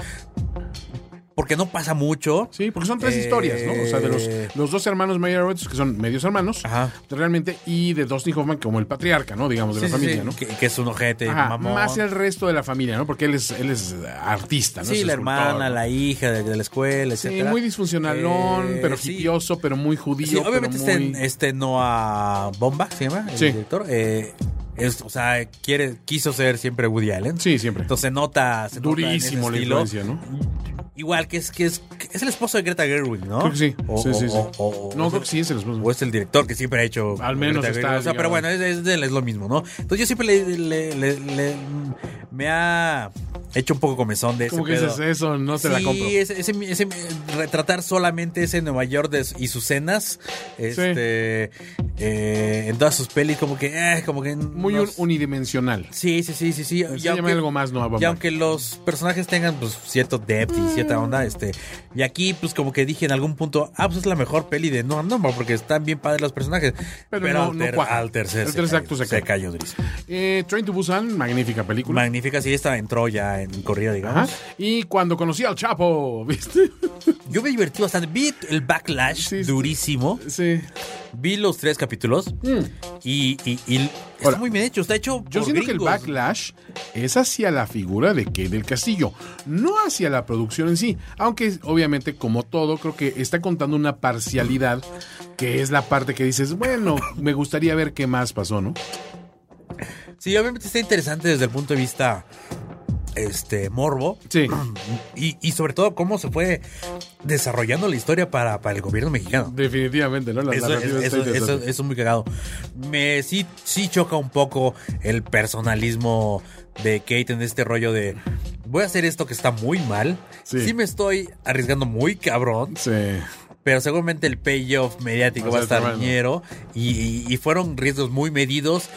porque no pasa mucho.
Sí, porque son tres
Eh,
historias, ¿no? O sea, de los, los dos hermanos Meyerowitz, que son medios hermanos,
Ajá.
realmente, y de Dustin Hoffman como el patriarca, ¿no? Digamos, de
Sí,
la
sí,
familia,
sí,
¿no?
Que, que es un ojete,
Ajá,
mamón.
más el resto de la familia, ¿no? Porque él es, él es artista, ¿no?
sí,
Es
la
escultor,
hermana,
¿no?
la hija de, de la escuela,
Sí,
etcétera.
muy disfuncionalón,
Eh,
pero
sí.
hipioso, pero muy judío.
Sí, obviamente
pero muy...
este, este Noah Bomba, se llama el
Sí.
director. eh, es- o sea, quiere, quiso ser siempre Woody Allen.
Sí, siempre.
Entonces se nota, se nota en ese
Durísimo la
estilo.
influencia, ¿no?
Igual que es que es, que es el esposo de Greta Gerwig, ¿no?
Ah, Creo que sí.
O-
sí,
o-
sí, sí.
o- o-
no,
o-
creo que sí, se los
oh, Pues, O es el director que siempre ha hecho.
Al menos
Greta
está
Gerwig, o sea,
ligado.
pero bueno, es, es de él, es lo mismo, ¿no? Entonces yo siempre le, le- le- le- me ha hecho un poco comezón de ese
Como que
pedo.
dices eso, no te la
Sí,
compro.
ese- ese- ese- retratar solamente ese Nueva York de- y sus cenas este, eh, en todas sus pelis, como que. eh, como que
Muy
no-
un- unidimensional.
Sí, sí, sí, sí, sí.
Necesita llamar algo más, ¿no? a Bam
y
Bam.
aunque los personajes tengan pues, cierto depth y cierta onda, este. Y aquí, pues como que dije en algún punto, ah, pues es la mejor peli de Noah Norma, porque están bien padres los personajes.
Pero no-
al,
no
ter-
cuaja.
al tercer,
El tercer acto se
se
cae.
cayó durísimo.
Eh, Train to Busan, magnífica película.
Magnífica, sí, esta entró ya en corrida, digamos.
Ajá. Y cuando conocí al Chapo, ¿viste?
Yo me divertí bastante. Vi el backlash
Sí, sí.
durísimo.
Sí.
Vi los tres capítulos y, y- y está
Mm. Ahora,
muy bien hecho. Está hecho
Yo
por
siento que el
gringos.
backlash es hacia la figura de Kate del Castillo, no hacia la producción en sí. Aunque, obviamente, como todo, creo que está contando una parcialidad, que es la parte que dices, bueno, me gustaría ver qué más pasó, ¿no?
Sí, obviamente está interesante desde el punto de vista este morbo
Sí.
y, y sobre todo cómo se fue desarrollando la historia para, para el gobierno mexicano.
Definitivamente, ¿no? La este
Eso,
narrativa está
eso- eso-
interesante.
eso es muy cagado. Me, sí, sí choca un poco el personalismo de Kate en este rollo de voy a hacer esto que está muy mal.
Sí.
sí me estoy arriesgando muy cabrón.
Sí.
pero seguramente el payoff mediático
Va a
va a
ser
estar
tremendo.
ñero y, y- y fueron riesgos muy medidos,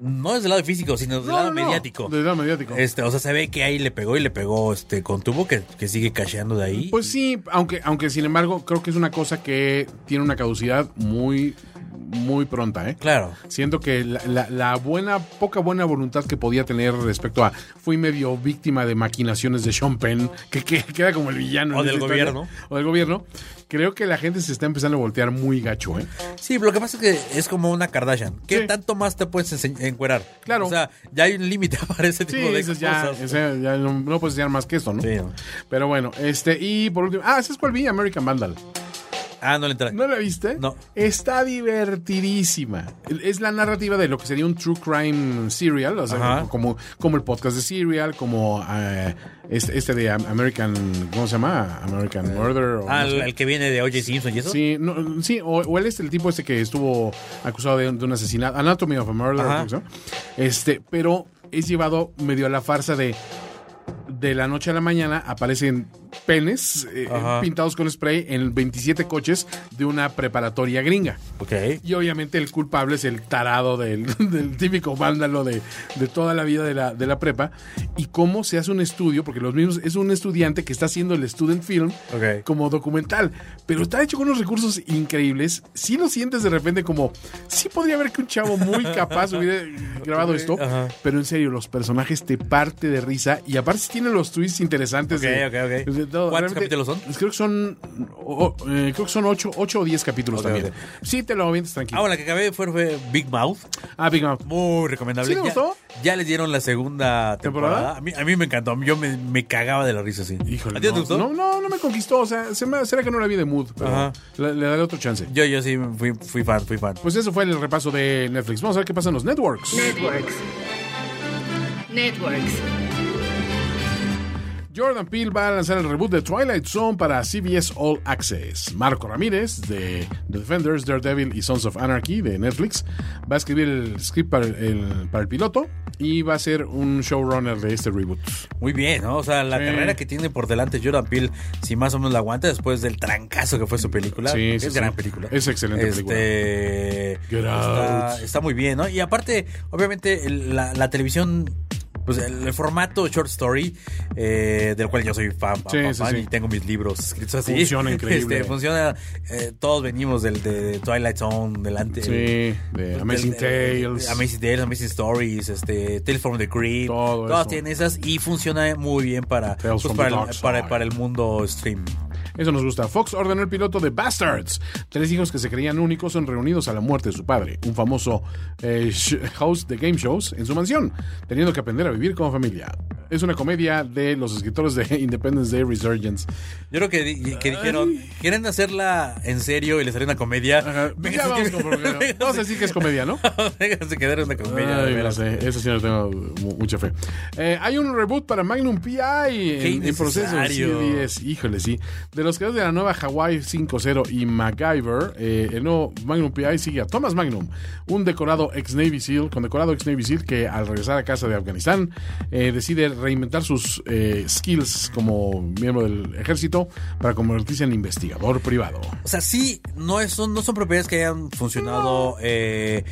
no desde el lado físico, sino desde el lado mediático.
Del lado mediático.
Este, o sea, se ve que ahí le pegó y le pegó este con tubo que, que sigue cacheando de ahí.
Pues sí, aunque, aunque sin embargo, creo que es una cosa que tiene una caducidad muy, muy pronta, ¿eh?
claro.
Siento que la, la- la buena, poca buena voluntad que podía tener respecto a fui medio víctima de maquinaciones de Sean Penn, que, que- que era como el villano.
O
en
del
esta
gobierno.
O del gobierno. Creo que la gente se está empezando a voltear muy gacho, ¿eh?
Sí, pero lo que pasa es que es como una Kardashian. ¿Qué
Sí.
tanto más te puedes ense- encuerar?
Claro.
O sea, ya hay un límite para ese
Sí,
tipo de
dices,
cosas.
ya, o sea, ya no, no puedes enseñar más que esto, ¿no?
Sí, ¿no?
Pero bueno, este, y por último, ah, ¿sabes cuál vi? American Vandal.
Ah, no le entra.
¿No la viste?
No.
Está divertidísima. Es la narrativa de lo que sería un true crime serial, o sea,
Ajá.
como, como el podcast de Serial, como eh, este, este de Am- American, ¿cómo se llama? American Murder. o
Ah,
no
el,
sé.
el que viene de OJ Simpson y eso.
Sí, no, sí o, o él es el tipo este que estuvo acusado de, de un asesinato, Anatomy of a Murder,
Ajá.
¿no? este, pero es llevado medio a la farsa de de la noche a la mañana aparecen penes eh,
Ajá.
pintados con spray en 27 coches de una preparatoria gringa.
Ok.
Y obviamente el culpable es el tarado del, del típico vándalo de, de toda la vida de la, de la prepa. Y cómo se hace un estudio, porque los mismos es un estudiante que está haciendo el student film
Ok.
como documental. Pero está hecho con unos recursos increíbles. Si lo sientes de repente como, sí podría haber que un chavo muy capaz hubiera grabado esto.
Ajá.
Pero en serio, los personajes te parte de risa. Y aparte tienen los twists interesantes.
Ok,
de-
ok, ok.
de todo.
¿Cuántos
Realmente,
capítulos son?
Pues Creo que son, o- o, eh, creo que son 8 o 10 capítulos
Ok,
también.
ok.
Sí, te lo avientas tranquilo.
Ah, bueno, la que acabé fue, fue Big Mouth.
Ah, Big Mouth.
Muy recomendable.
¿Sí le
Ya-
gustó?
Ya, les dieron la segunda temporada.
¿Temporada?
A, mí, a mí me encantó. Yo me, me cagaba de la risa así.
Híjole.
¿A ti no
no,
te gustó?
No, no, no me conquistó. O sea, se me- será que no la vi de mood, pero
Ajá.
le, le daré otro chance.
Yo, yo sí fui, fui fan, fui fan.
Pues eso fue el repaso de Netflix. Vamos a ver qué pasa en los networks.
Networks. Networks.
Jordan Peele va a lanzar el reboot de Twilight Zone para CBS All Access. Marco Ramírez de The Defenders, Daredevil y Sons of Anarchy de Netflix va a escribir el script para el, para el piloto y va a ser un showrunner de este reboot.
Muy bien, ¿no? O sea, la
Sí.
carrera que tiene por delante Jordan Peele, si más o menos la aguanta después del trancazo que fue su película.
Sí,
porque
sí,
es
sí.
gran película.
Es excelente
este,
Get
está,
out.
está muy bien, ¿no? Y aparte, obviamente, el- la, la televisión. Pues el, el formato short story, eh, del cual yo soy fan, fan,
Sí,
fan,
sí,
fan,
sí.
y tengo mis libros escritos así.
Funciona increíble.
Este, funciona. eh, todos venimos del de Twilight Zone, delante.
Sí, de Eh, Amazing
Del-
Tales.
Amazing Tales, Amazing Stories, este, Tales from the Crypt.
Todo
todas
eso.
tienen esas y funciona muy bien para,
Tales
pues,
from
para,
the
el,
Dark
para,
Side.
para el mundo stream.
Eso nos gusta. Fox ordenó el piloto de Bastards. Tres hijos que se creían únicos son reunidos a la muerte de su padre, un famoso eh, sh- host de game shows en su mansión, teniendo que aprender a vivir como familia. Es una comedia de los escritores de Independence Day Resurgence.
Yo creo que, di- que dijeron, quieren hacerla en serio y les salió una comedia.
Ya vamos, con- vamos a decir que es comedia, ¿no?
Vénganse quedar en una comedia. de
Ay, no
veras.
sé, eso sí no tengo mu- mucha fe. Eh, hay un reboot para Magnum PI en, en proceso de
innecesario.
CBS. Híjole, sí. De los creadores de la nueva Hawaii 5.0 y MacGyver, eh, el nuevo Magnum PI sigue a Thomas Magnum, un decorado ex Navy SEAL, condecorado ex Navy SEAL que al regresar a casa de Afganistán eh, decide reinventar sus eh, skills como miembro del ejército para convertirse en investigador privado.
O sea, sí, no, es, son, no son propiedades que hayan funcionado eh,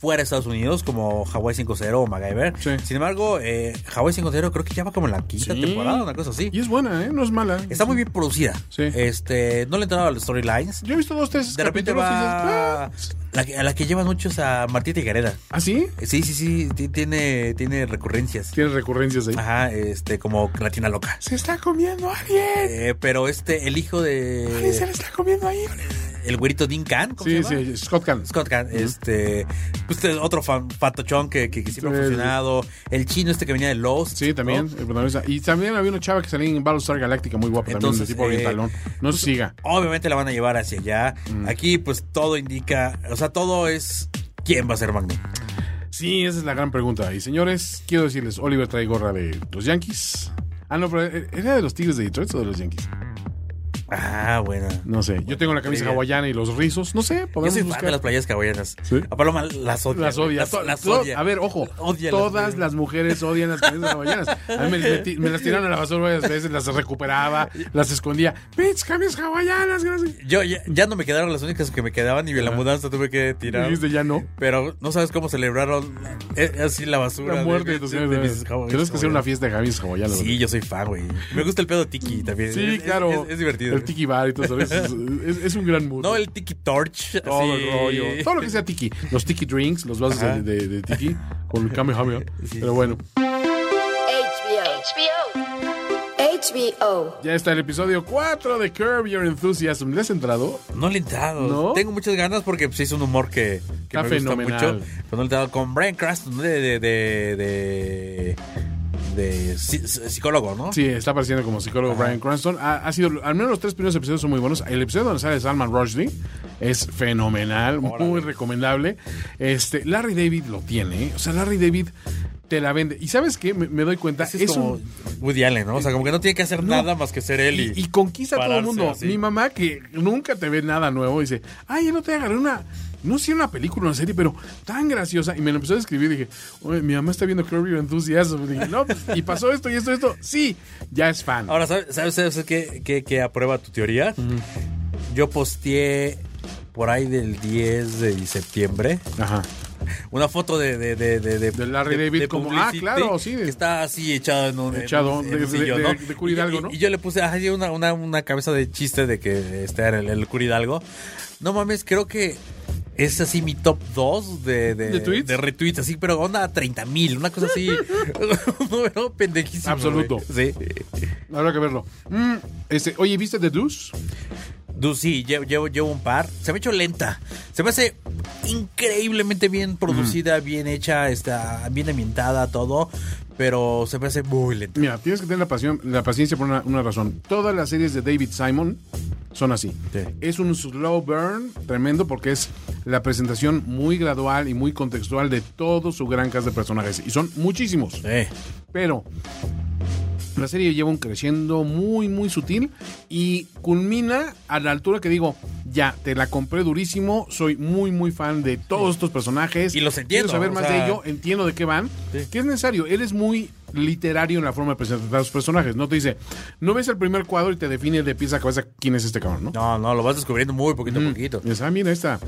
fuera de Estados Unidos, como Hawaii 5.0 o MacGyver.
Sí.
Sin embargo, eh, Hawaii 5.0 creo que ya va como en la quinta
Sí.
temporada, una cosa así.
Y es buena, ¿eh? No es mala.
Está muy bien producida.
Sí.
Este, no le entraba a los storylines.
Yo he visto dos, tres
De repente
capítulos y dices, "Ah,
va la, que- a la que llevan muchos a Martita y Gareda.
¿Ah, sí?
Sí, sí, sí, ti- tiene, tiene recurrencias.
Tiene recurrencias ahí.
Ajá, este, como Latina Loca.
¡Se está comiendo a alguien!
Eh, pero este, el hijo
¡Se
de
le está comiendo a alguien!
el güerito Dean Khan, ¿cómo
Ah, Sí,
se llama?
sí, Scott Kahn.
Scott Khan, este, pues, este es otro fan, patochón que, que- que siempre
Sí,
ha
sí.
funcionado. El chino este que venía de Lost.
Sí, también.
¿no?
el protagonista. Y también había una chava que salía en Battlestar Galactica muy guapa también, de
Entonces,
tipo
eh,
orientalón. No se siga.
Obviamente la van a llevar hacia allá.
Mm.
Aquí, pues todo indica, o sea, todo es quién va a ser Magnum.
Sí, esa es la gran pregunta. Y señores, quiero decirles, Oliver trae gorra de los Yankees. Ah, no, pero eh, ¿era de los Tigres de Detroit o de los Yankees?
Ah, buena.
No sé. Yo tengo la camisa
Trivia.
hawaiana y los rizos. No sé,
Yo
podemos
soy fan de las
buscar.
playas hawaianas.
¿Sí?
A Paloma las odia.
Las
güey.
odia.
Las,
To-
las
to-
odia.
A ver, ojo.
Odia las
todas
playas.
las mujeres odian las camisas hawaianas. A mí me, me ti- me las tiraron a la basura varias veces, las recuperaba, las escondía. Pinches camisas hawaianas, gracias.
Yo ya, ya no me quedaron las únicas que me quedaban y la mudanza tuve que tirar.
Dijiste ya no.
Pero no sabes cómo celebraron eh, así la basura.
La muerte de
de,
tus
de- de mis hawaianas.
Tienes que hacer una fiesta de Javis hawaianas.
Sí, yo soy fan, güey. Me gusta el pedo tiki también.
Sí,
Es- es-
claro.
Es, es divertido.
El tiki bar y todo eso. Es, es- es un gran mood.
No, el tiki torch.
todo
así.
el rollo. Todo lo que sea tiki. Los tiki drinks, los vasos
Ajá.
de, de- de tiki con el kamehameha. Pero bueno,
HBO. HBO.
ya está el episodio 4 de Curb Your Enthusiasm. ¿Le has entrado?
No le he entrado.
¿no.
Tengo muchas ganas porque pues, es un humor que, que
Está
me gusta
fenomenal.
mucho. Pero no le he entrado con Brian Cranston de, de, de, de, de psi- psicólogo, ¿no?
Sí, está apareciendo como psicólogo Brian Cranston. Ha, ha sido, al menos los tres primeros episodios son muy buenos. El episodio donde sale Salman Rushdie es fenomenal, muy recomendable. Este, Larry David lo tiene. ¿eh? O sea, Larry David te la vende. Y sabes qué, me, me doy cuenta,
Ese es
es
como
un-
Woody Allen, ¿no? O sea, como que no tiene que hacer
No.
nada más que ser él y,
y, y conquista a todo el
pararse
mundo.
así.
Mi mamá, que nunca te ve nada nuevo, dice, ay, yo no te agarré una, no sé, una película, una serie, pero tan graciosa. Y me lo empezó a escribir y dije, oye, mi mamá está viendo Curb Your Enthusiasm. Y dije, no, pues, y pasó esto y esto y esto. Sí, ya es fan.
Ahora, ¿sabes, sabes, sabes qué, qué- qué aprueba tu teoría? Yo posteé por ahí del 10 de septiembre
Ajá.
una foto de, de, de, de,
De Larry David como- ah,
Publicity
claro, sí.
Que está así echado en un, en
Echado,
un- en
de-
un sillón,
de-
¿no?
de- de Curi
Y-
Hidalgo,
y-
¿no?
Y, yo le puse ah, sí, una, una, una cabeza de chiste de que este era el, el Curidalgo. No mames, creo que es así mi top 2 de, de,
¿De tweets?
retweets, así, pero onda 30 mil, una cosa así. un número pendejísimo.
Absoluto.
güey. Sí.
Habrá que verlo. Mm, este, oye, ¿viste The Deuce?
Du, sí, llevo, llevo, llevo un par. Se me ha hecho lenta. Se me hace increíblemente bien
Mm.
producida, bien hecha, está bien ambientada, todo. Pero se me hace muy lenta.
Mira, tienes que tener la, pasión, la paciencia por una, una razón. Todas las series de David Simon son así.
Sí.
Es un slow burn tremendo porque es la presentación muy gradual y muy Eh. contextual de todo su gran cast de personajes. Y son muchísimos.
Eh,
Pero La serie lleva un creciendo muy, muy sutil y culmina a la altura que digo, ya, te la compré durísimo, soy muy, muy fan de todos estos personajes.
Y los entiendo,
Quiero saber
o
más
sea-
de ello, entiendo de qué van.
Sí.
Que es necesario, eres muy literario en la forma de presentar a los personajes, ¿no? Te dice, no ves el primer cuadro y te define de pieza a cabeza quién es este cabrón, ¿no?
No, no, lo vas descubriendo muy poquito a poquito.
Dices, ah, mira, esta,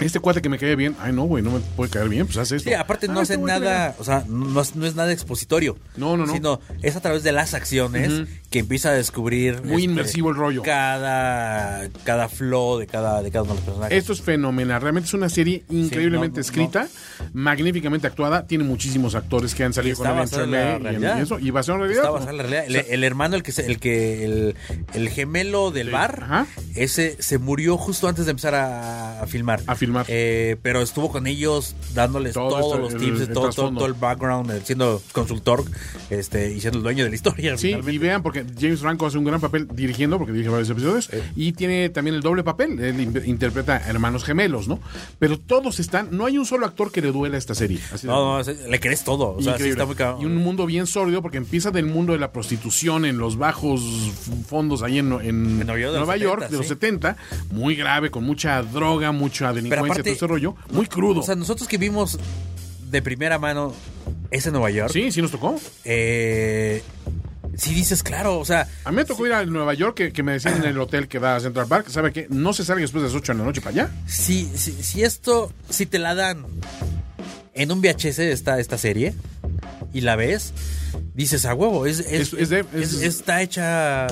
este cuate que me cae bien. Ay, no, güey, no me puede caer bien, pues hace esto.
Sí, aparte no
Ah, este
hacen
güey que le
nada, o sea, no, es- no es nada expositorio.
No, no, no.
Sino es a través de las acciones que empieza a descubrir. este,
Muy inmersivo el rollo.
Cada, cada flow de cada, de cada uno de los personajes.
Esto es fenomenal. Realmente es una serie increíblemente
Sí, no, no,
escrita, magníficamente actuada. Tiene muchísimos actores que han salido
Está
con el
basada en
Chalamet
la
y, en-
realidad.
y eso. Y basado en realidad.
Está basada en la realidad. El, el hermano, el que se- el que el, el gemelo del
Sí.
bar,
Ajá.
ese se murió justo antes de empezar a, a filmar.
A filmar.
Eh, pero estuvo con ellos dándoles
Todo
todos
esto,
los
el-
tips,
el
todo, todo,
trasfondo.
todo el background, eh, siendo consultor, este, y siendo el dueño de la historia.
Sí,
finalmente.
y vean, porque James Franco hace un gran papel dirigiendo, porque dirige varios episodios,
Eh.
y tiene también el doble papel, él in- interpreta a hermanos gemelos, ¿no? Pero todos están, no hay un solo actor que le duela esta serie. Así de-
No, no, se- le crees todo. O sea, sí
Increíble.
está muy cabrón.
Y un mundo bien sórdido porque empieza del mundo de la prostitución en los bajos f- fondos ahí en, en
Nueva York de los
Nueva
70,
York de los
sí.
70, muy grave, con mucha droga, mucha delincuencia,
aparte-
todo ese rollo, muy crudo.
O sea, nosotros que vimos de primera mano ese Nueva York,
sí, sí nos tocó.
eh, sí dices, claro, o sea,
A mí me tocó ir a Nueva York, que, que me decían en el hotel que da a Central Park, ¿sabe qué? No se salga después de las 8 de la noche para allá.
si, si, si esto, si te la dan en un VHS esta, esta serie y la ves, dices, a huevo, es, es-
Es- es de-
es-
es-
está hecha,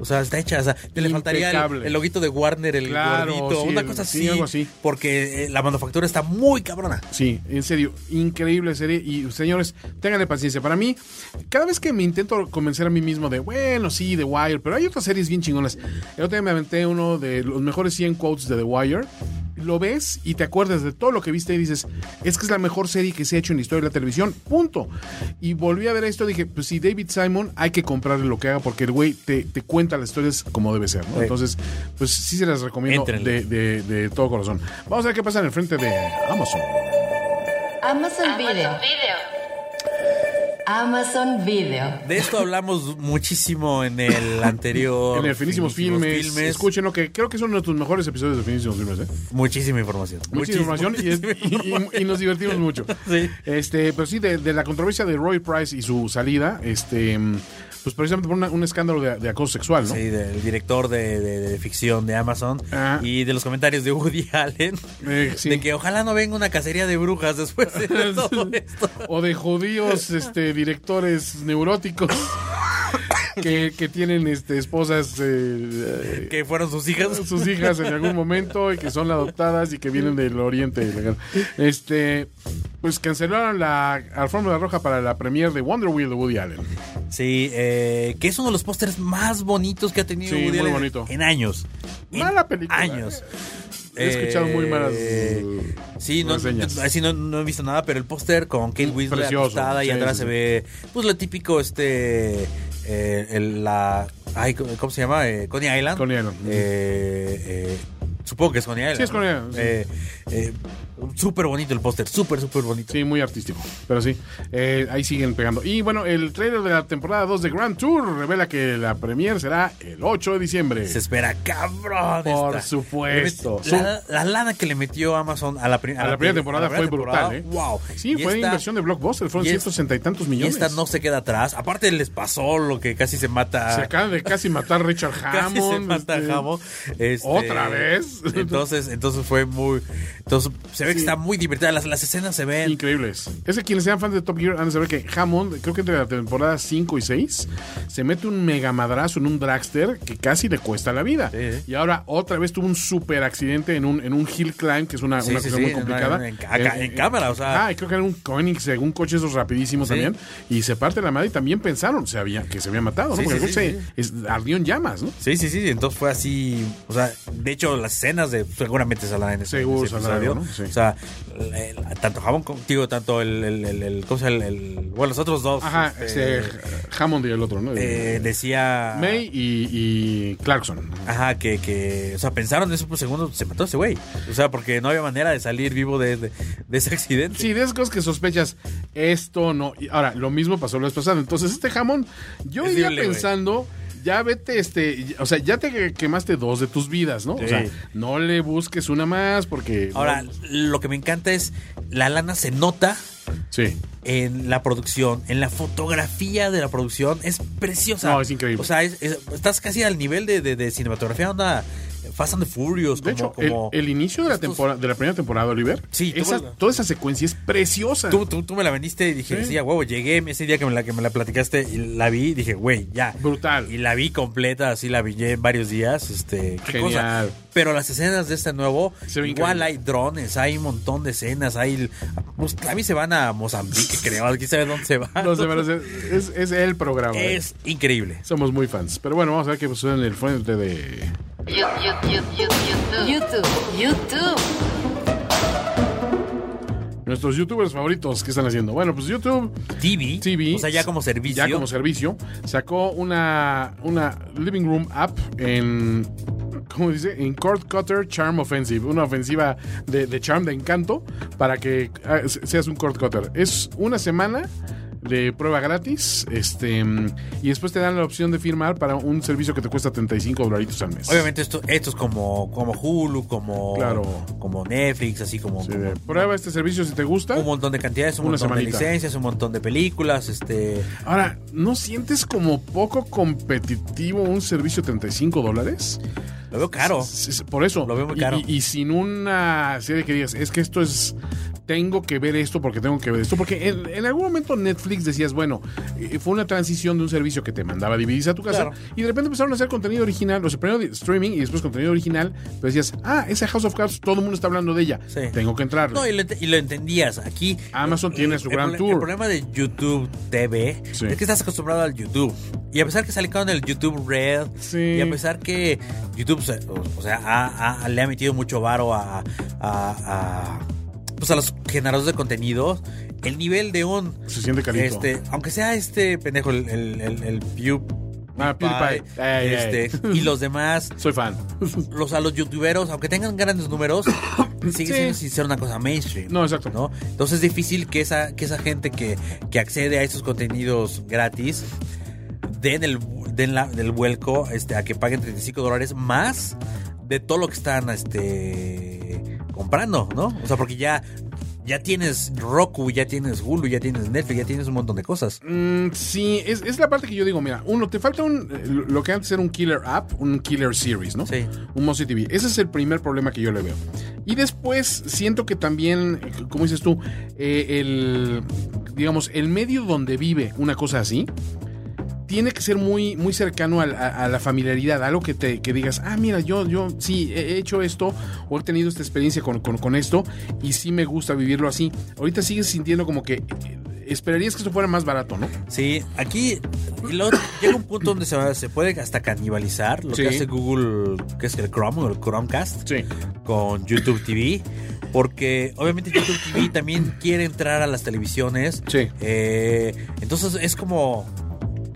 o sea, está hecha, o sea, te le faltaría el,
Impecable.
el loguito de Warner, el
Claro,
gordito,
sí,
una
el-
cosa
sí,
así,
algo así.
porque eh, la manufactura está muy cabrona.
Sí, en serio, increíble serie. Y señores, ténganle paciencia. Para mí, cada vez que me intento convencer a mí mismo de, bueno, sí, The Wire, pero hay otras series bien chingonas. El otro día me aventé uno de los mejores 100 quotes de The Wire. Lo ves y te acuerdas de todo lo que viste y dices, es que es la mejor serie que se ha hecho en la historia de la televisión, punto. Y volví a ver esto, dije, pues si David Simon hay que comprarle lo que haga porque el güey te, te cuenta las historias como debe ser, ¿no?
Sí.
Entonces, pues sí se las recomiendo de,
Éntrenle.
de- de todo corazón. Vamos a ver qué pasa en el frente de Amazon.
Amazon Video. Amazon Video.
De esto hablamos muchísimo en el anterior.
En el Finísimos, Filmes. Escúchenlo, que creo que es uno de tus mejores episodios de Finísimos Filmes. ¿eh?
Muchísima información.
Mucha información y, es-
muchísima
y- y- y nos divertimos mucho.
Sí.
Este, pero sí, de, de la controversia de Roy Price y su salida, este, mm, pues precisamente por una- un escándalo de, de acoso sexual, ¿no?
Sí, del director de, de- de ficción de Amazon
Ah.
y de los comentarios de Woody Allen.
Eh, sí.
De que ojalá no venga una cacería de brujas después de todo esto.
O de judíos este, directores neuróticos que, que tienen este, esposas eh,
Que fueron sus hijas.
sus hijas en algún momento y que son adoptadas y que vienen del oriente. ilegal. Este, pues cancelaron la alfombra roja para la premier de Wonder Wheel de Woody Allen.
Sí, eh, que es uno de los pósters más bonitos que ha tenido
Sí,
Woody
muy
Allen
bonito.
en años. En
Mala película.
Años.
He escuchado muy malas,
Eh, Sí, no,
reseñas.
así no, no he visto nada, pero el póster con Kate Winslet
Mm, Precioso.
acostada y
Sí,
atrás
sí,
se
sí.
ve, pues lo típico, este, eh, el- la, ay, ¿cómo cómo se llama? Eh, Coney Island.
Coney Island.
Eh, eh, supongo que es Coney Island.
es Coney Island, sí.
Eh, eh, súper bonito el póster, súper, súper bonito.
Sí, muy artístico. Pero sí, eh, ahí siguen pegando. Y bueno, el trailer de la temporada 2 de Grand Tour revela que la premier será el 8 de diciembre.
Se espera, cabrón.
Por
esta.
supuesto.
La, la lana que le metió Amazon a la, pri-
A la primera temporada
a la
fue
primera
brutal, ¿eh?
temporada, Wow.
Sí,
Y
fue
esta-
inversión de blockbuster, fueron
y es-
160 y tantos
Y
millones.
esta no se queda atrás. Aparte les pasó lo que casi se mata.
Se acaban de casi matar a Richard Hammond.
Casi se mata a
este,
Hammond. Este,
¿Otra vez?
Entonces, entonces fue muy. Entonces se ve que
Sí.
está muy divertida. Las, las escenas se ven.
Increíbles. Es que quienes sean fans de Top Gear han de saber que Hammond, creo que entre la temporada 5 y 6, se mete un mega madrazo en un dragster que casi le cuesta la vida.
Sí.
Y ahora otra vez tuvo un super accidente en un, en un hill climb, que es una,
Sí,
una
sí,
cosa
sí,
muy
en-
complicada.
en- acá- en cámara, o sea.
Ah, y creo que era un Koenigsegg, un coche esos rapidísimos
Sí.
también. Y se parte la madre y también pensaron se había, que se había matado, ¿no?
Sí,
Porque
sí,
el
sí,
coche es- ardió en llamas, ¿no?
Sí, sí, sí. Entonces fue así. O sea, de hecho, las escenas de seguramente saldrán en ese,
Seguro
en ese
saldrá algo,
episodio.
¿no? Sí.
sea, el- el- tanto Jamón, como- digo, tanto el, el, el- el- ¿cómo se llama? El- el- bueno, los otros dos.
Ajá,
este,
este, Hammond y el otro, ¿no?
eh, decía...
May y, y Clarkson.
Ajá, que, que, o sea, pensaron eso por segundo, se mató ese güey. O sea, porque no había manera de salir vivo de, de- de ese accidente.
Sí, de esas cosas que sospechas, esto no. Y ahora, lo mismo pasó la vez pasada. Entonces, este jamón, yo
Es
iría
horrible, güey.
pensando, ya vete, este, y- o sea, ya te quemaste dos de tus vidas, ¿no? O
Sí.
sea, no le busques una más porque.
Ahora,
no-
lo que me encanta es, la lana se nota
sí.
en la producción, en la fotografía de la producción, es preciosa.
No, es increíble.
O sea, es- es- estás casi al nivel de, de- de cinematografía, onda Fast and the Furious.
De hecho,
como,
el-
como-
el, inicio de la,
estos-
temporada, de la primera temporada, Oliver,
Sí, tú-
esa- toda esa secuencia es preciosa.
Tú, tú, tú me la vendiste y dije,
Sí.
sí, a huevo, llegué ese día que me la, que me la platicaste y la vi, dije, güey, ya.
Brutal.
Y la vi completa, así la vi en varios días, este, qué
Genial.
cosa. Pero las escenas de este nuevo,
Se ve
igual
increíble.
hay drones, hay un montón de escenas, hay... el- pues, a mí se van a Mozambique, creo, aquí sabe dónde se van.
Ah, No sé, pero es, es- es el programa. ¿eh?
Es increíble.
Somos muy fans. Pero bueno, vamos a ver qué sucede en el frente de.
YouTube, YouTube,
Nuestros youtubers favoritos, ¿qué están haciendo? Bueno, pues YouTube
TV,
TV.
o sea, ya como servicio.
Ya como servicio. Sacó una, una Living Room app en. ¿Cómo dice? En Court Cutter Charm Offensive. Una ofensiva de, de charm, de encanto, para que ah, se- seas un Court Cutter. Es una semana de prueba gratis. Este. Y después te dan la opción de firmar para un servicio que te cuesta 35 dolaritos al mes.
Obviamente esto, esto es como, como Hulu, como,
Claro.
como Netflix, así como,
Sí,
como-
de- prueba este servicio si te gusta.
un montón de cantidades, un
Una
montón
semanita.
de licencias, un montón de películas, este
Ahora, ¿no sientes como poco competitivo un servicio de 35 dólares?
lo veo caro.
Sí, sí, Por eso.
Lo veo muy
Y-
caro.
Y, y sin una serie que digas, es que esto es. Tengo que ver esto porque tengo que ver esto. Porque en, en algún momento Netflix decías, bueno, eh, fue una transición de un servicio que te mandaba DVDs a tu casa.
Claro.
Y de repente empezaron a hacer contenido original. O sea, primero de- streaming y después contenido original. Pero decías, ah, esa House of Cards, todo el mundo está hablando de ella.
Sí.
Tengo que entrar.
No, y lo, ent- y lo entendías. Aquí eh,
Amazon tiene su
el
gran
prole-
tour.
El problema de YouTube TV
Sí.
es que estás acostumbrado al YouTube. Y a pesar que sale con el YouTube Red,
Sí.
y a pesar que YouTube se- o, o sea, ha- ha- le ha metido mucho varo a, a- a- pues a los generadores de contenido, el nivel de un.
Se siente carito.
Este, aunque sea este pendejo, el, el, el, el Pew-
Ah, PewDiePie. Ey, ey.
este, y los demás,
Soy fan.
los a los youtuberos, aunque tengan grandes números, sigue siendo sin ser una cosa mainstream.
No, exacto.
¿no? Entonces es difícil que esa, que esa gente que, que accede a estos contenidos gratis den el, den la, del vuelco este, a que paguen 35 dólares más de todo lo que están este, comprando, ¿no? O sea, porque ya, ya tienes Roku, ya tienes Hulu, ya tienes Netflix, ya tienes un montón de cosas.
Mm, sí, es, es la parte que yo digo, mira, uno, te falta un, eh, lo que antes era un killer app, un killer series, ¿no?
Sí.
Un Mossy TV. Ese es el primer problema que yo le veo. Y después siento que también, eh, como dices tú, eh, el, digamos, el medio donde vive una cosa así, tiene que ser muy, muy cercano al- a, a la familiaridad, algo que te que digas, ah, mira, yo, yo sí he hecho esto o he tenido esta experiencia con, con- con esto y sí me gusta vivirlo así. Ahorita sigues sintiendo como que eh, esperarías que esto fuera más barato, ¿no?
Sí, aquí y luego llega un punto donde se, va- se puede hasta canibalizar lo
Sí.
que hace Google, que es el Chrome o el Chromecast,
Sí.
con YouTube TV. Porque obviamente YouTube TV también quiere entrar a las televisiones.
Sí.
Eh, entonces es como.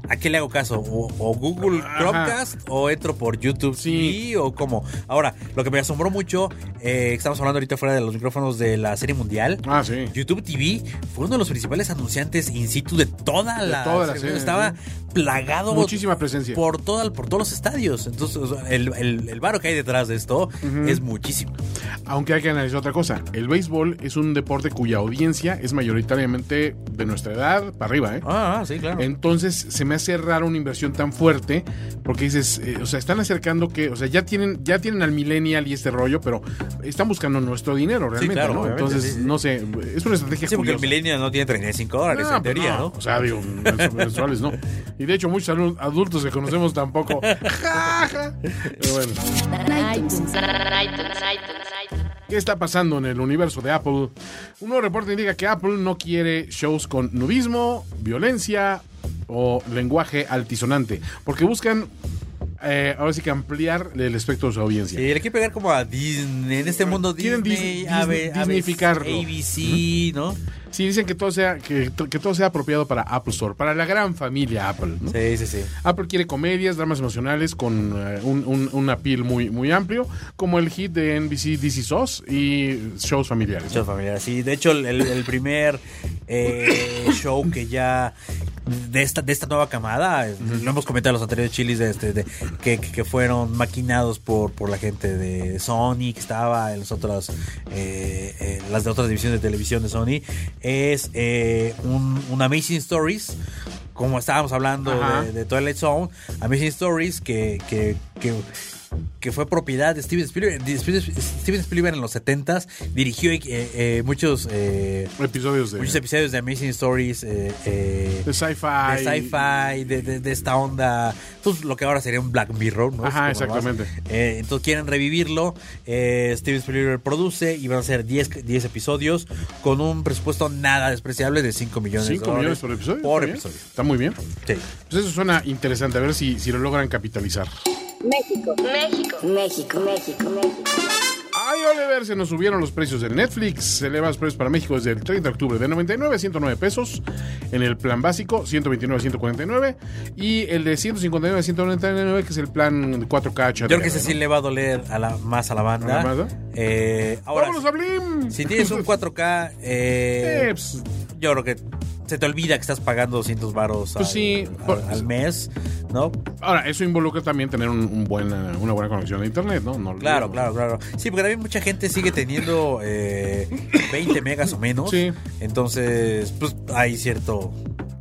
¿A qué le hago caso? ¿O, o Google
Ajá.
Chromecast o entro por YouTube
Sí.
TV o cómo? Ahora, lo que me asombró mucho, eh, estamos hablando ahorita fuera de los micrófonos de la serie mundial.
Ah, sí.
YouTube TV fue uno de los principales anunciantes in situ de toda la,
toda la serie,
estaba plagado
Muchísima presencia.
por toda, por todos los estadios. Entonces, o sea, el, el, el varo que hay detrás de esto es muchísimo.
Aunque hay que analizar otra cosa. El béisbol es un deporte cuya audiencia es mayoritariamente de nuestra edad para arriba, ¿eh?
Ah, sí, claro.
Entonces se me hace raro una inversión tan fuerte porque dices, eh, o sea, están acercando que, o sea, ya tienen, ya tienen al millennial y este rollo, pero están buscando nuestro dinero realmente,
claro,
¿no?
obviamente,
Entonces,
sí, sí.
no sé, es una estrategia
Sí, porque el
curiosa.
Millennial no tiene 35 dólares
No,
en
pues
teoría, ¿no?
O sea, digo, mensuales no. Y de hecho, muchos adu- adultos que conocemos tampoco. Ja, ja. Pero bueno, ¿qué está pasando en el universo de Apple? Un nuevo reporte indica que Apple no quiere shows con nudismo, violencia o lenguaje altisonante, porque buscan eh, ahora sí que ampliar el espectro de su audiencia.
Sí, le quiere pegar como a Disney. En este mundo
Quieren
Disney,
dis-
AB,
dis- disneyficarlo.
ABC, ¿no?
Sí, dicen que todo sea que, to- que todo sea apropiado para Apple Store, para la gran familia Apple. ¿no?
Sí, sí, sí.
Apple quiere comedias, dramas emocionales con eh, un, un, un appeal muy, muy amplio, como el hit de NBC DC Sauce y shows familiares.
Show familiar, sí. De hecho, el, el- el primer eh, show que ya de esta, de esta nueva camada, eh, lo hemos comentado en los anteriores chilis de este, de, que, que- que fueron maquinados por, por la gente de Sony, que estaba en las otras, eh, eh, las de otras divisiones de televisión de Sony, es eh, un, un Amazing Stories. Como estábamos hablando
Ajá.
de, de Twilight Zone, Amazing Stories, que, que, que que fue propiedad de Steven Spielberg. de Steven Steven Spielberg en los 70s dirigió eh, eh, muchos, eh,
Episodios de,
muchos episodios de Amazing Stories, eh, eh,
de sci-fi.
de sci-fi, de, de- de esta onda, pues lo que ahora sería un Black Mirror, ¿no?
Ajá,
Es como
exactamente.
más, eh, entonces quieren revivirlo, eh, Steven Spielberg produce y van a ser 10, 10 episodios con un presupuesto nada despreciable de 5 millones de
5 millones
dólares
por episodio.
Por
está bien.
episodio.
Está muy bien.
Sí.
Pues eso suena interesante, a ver si, si lo logran capitalizar.
México,
México,
México, México, México.
Ay, Oliver, se nos subieron los precios del Netflix. Se elevan los precios para México desde el 30 de octubre de 99 a 109 pesos. En el plan básico, 129 a 149. Y el de 159 a 199, que es el plan 4K.
Yo creo que ese sí le va a doler a la, más a la banda.
¿A la banda?
Eh, ahora,
¡Vámonos a Blim!
Si tienes un
Eh,
4K, eh,
pues,
yo creo que se te olvida que estás pagando 200 varos al,
Pues sí,
al-
por-
al mes, ¿no?
ahora, eso involucra también tener un, un buen, eh, una buena conexión a internet, ¿no? No
Claro,
olvidemos.
claro, claro. Sí, porque también mucha gente sigue teniendo eh, 20 megas o menos.
Sí.
Entonces, pues hay cierto...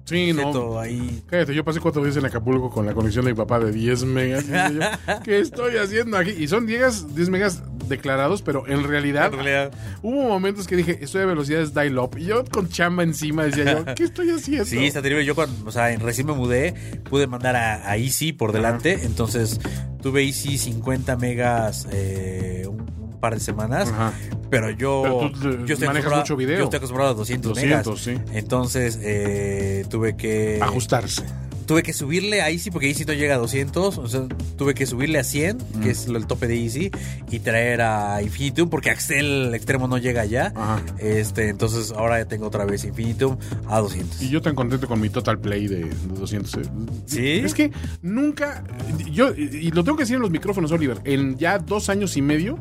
Sí, no.
cierto ahí.
Cállate, yo pasé cuatro días en Acapulco con la conexión de mi papá de 10 megas. Y yo, ¿Qué estoy haciendo aquí? Y son 10, 10 megas declarados, pero en realidad,
En realidad.
hubo momentos que dije, estoy a velocidades dial-up. Y yo con chamba encima decía yo, ¿qué estoy haciendo?
Sí, está terrible. Yo cuando, o sea, en- recién me mudé, pude mandar a, a Easy por delante. Entonces, tuve Easy 50 megas eh, un, un par de semanas.
Ajá.
Pero yo,
Pero tú, eh,
yo estoy
manejas
acostumbrado-
mucho video.
Yo estoy acostumbrado a 200,
200, sí.
megas. Entonces eh, tuve que
Ajustarse.
tuve que subirle a Easy porque Easy no llega a 200. O sea, tuve que subirle a 100, que es lo- el tope de Easy, y traer a Infinitum porque Axel Extremo no llega allá.
Ajá.
Este, entonces ahora ya tengo otra vez Infinitum a 200.
Y yo tan contento con mi Total Play de, de 200. eh.
¿Sí?
Es que nunca, yo, y lo tengo que decir en los micrófonos, Oliver, en ya dos años y medio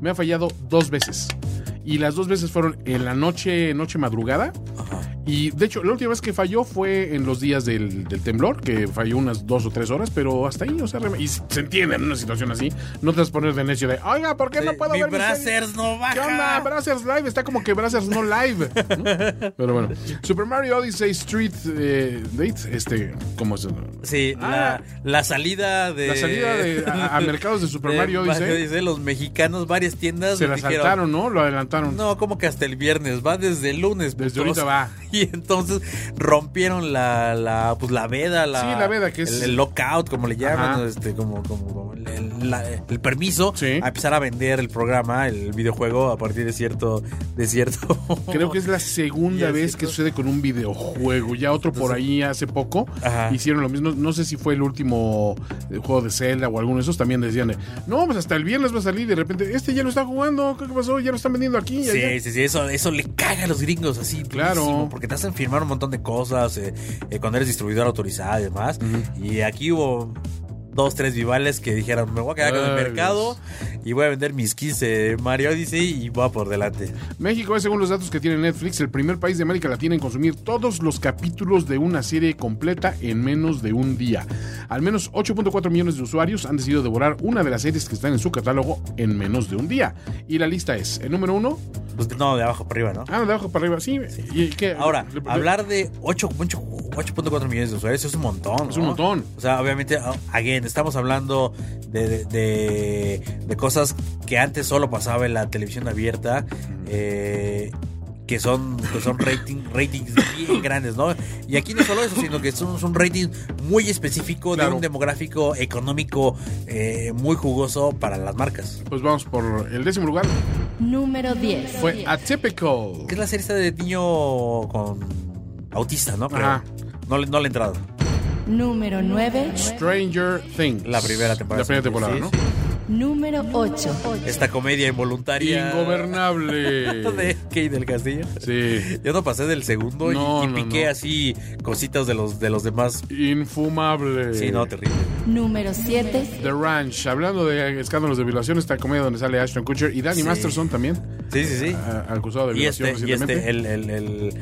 me ha fallado dos veces. Y las dos veces fueron en la noche, noche madrugada.
Ajá.
Y de hecho, la última vez que falló fue en los días del, del temblor, que falló unas dos o tres horas, pero hasta ahí, o sea, rem- y se entiende en una situación así. No te vas a poner de necio de, oiga, ¿por qué no
Eh,
puedo
mi
ver mi serie?"
Brazzers no baja.
¿Qué onda? Brazzers Live está como que Brazzers no live. ¿no? Pero bueno, Super Mario Odyssey Street eh, Date, este, ¿cómo es?
Sí,
Ah.
la, la salida de.
La salida de- a- a mercados de Super Mario Odyssey.
Odyssey, Los mexicanos, varias tiendas.
Se la
dijeron,
saltaron, ¿no? Lo adelantaron.
No, como que hasta el viernes, va desde el lunes.
Desde
putos.
ahorita va.
Y entonces rompieron la, la, pues, la veda, la,
Sí, la veda, que es-
el, el lockout, como le llaman,
Ajá.
este, como, como, como el, el- la- el permiso
Sí.
a empezar a vender el programa, el videojuego a partir de cierto, de cierto.
Creo que es la segunda
Ya,
vez
sí,
que
¿no?
sucede con un videojuego. Ya otro por ahí hace poco
Ajá.
hicieron lo mismo. No sé si fue el último eh, juego de Zelda o alguno de esos. También decían, eh, no, pues hasta el viernes va a salir. y De repente, este ya lo está jugando. ¿Qué pasó? Ya lo están vendiendo aquí. y allá".
Sí, sí, sí, eso, eso le caga a los gringos, así.
Claro.
durísimo, porque te hacen firmar un montón de cosas eh, eh, cuando eres distribuidor autorizado y demás. Y aquí hubo dos, tres vivales que dijeron: Me voy a quedar con el
Ay,
mercado y voy a vender mis 15 Mario Odyssey y voy a por delante.
México es, según los datos que tiene Netflix, el primer país de América Latina en consumir todos los capítulos de una serie completa en menos de un día. Al menos 8.4 millones de usuarios han decidido devorar una de las series que están en su catálogo en menos de un día. Y la lista es, el número uno,
Pues, no, de abajo para arriba, ¿no?
ah, de abajo para arriba, sí. ¿y qué?
Ahora,
Le- le-
hablar de ocho- ocho- 8.4 millones de usuarios es un montón.
Es un
¿no?
montón.
O sea, obviamente, a- again, estamos hablando de, de- de- de cosas que antes solo pasaba en la televisión abierta. eh, que son, que son rating, ratings bien grandes, ¿no? Y aquí no solo eso, sino que son, son ratings muy específico de
Claro.
un demográfico económico eh, muy jugoso para las marcas.
Pues vamos por el décimo lugar,
número 10.
fue Atypical.
¿Qué es la serie esta de niño con autista, no? Creo.
Ajá.
No, le- no le he entrado.
número 9,
Stranger Things.
La primera temporada.
La primera temporada,
Sí,
¿no?
sí.
número 8,
Esta comedia involuntaria.
Ingobernable.
De Kate del Castillo.
Sí.
Yo no pasé del segundo y-
No,
y,
no,
piqué
no.
así cositas de los, de los demás.
Infumable.
Sí, no, terrible.
número 7,
The Ranch, hablando de escándalos de violación, esta comedia donde sale Ashton Kutcher y Danny
Sí.
Masterson también,
Sí, sí, sí.
a- acusado de
Y
Ah, violación
este, y este,
recientemente.
el, el, el,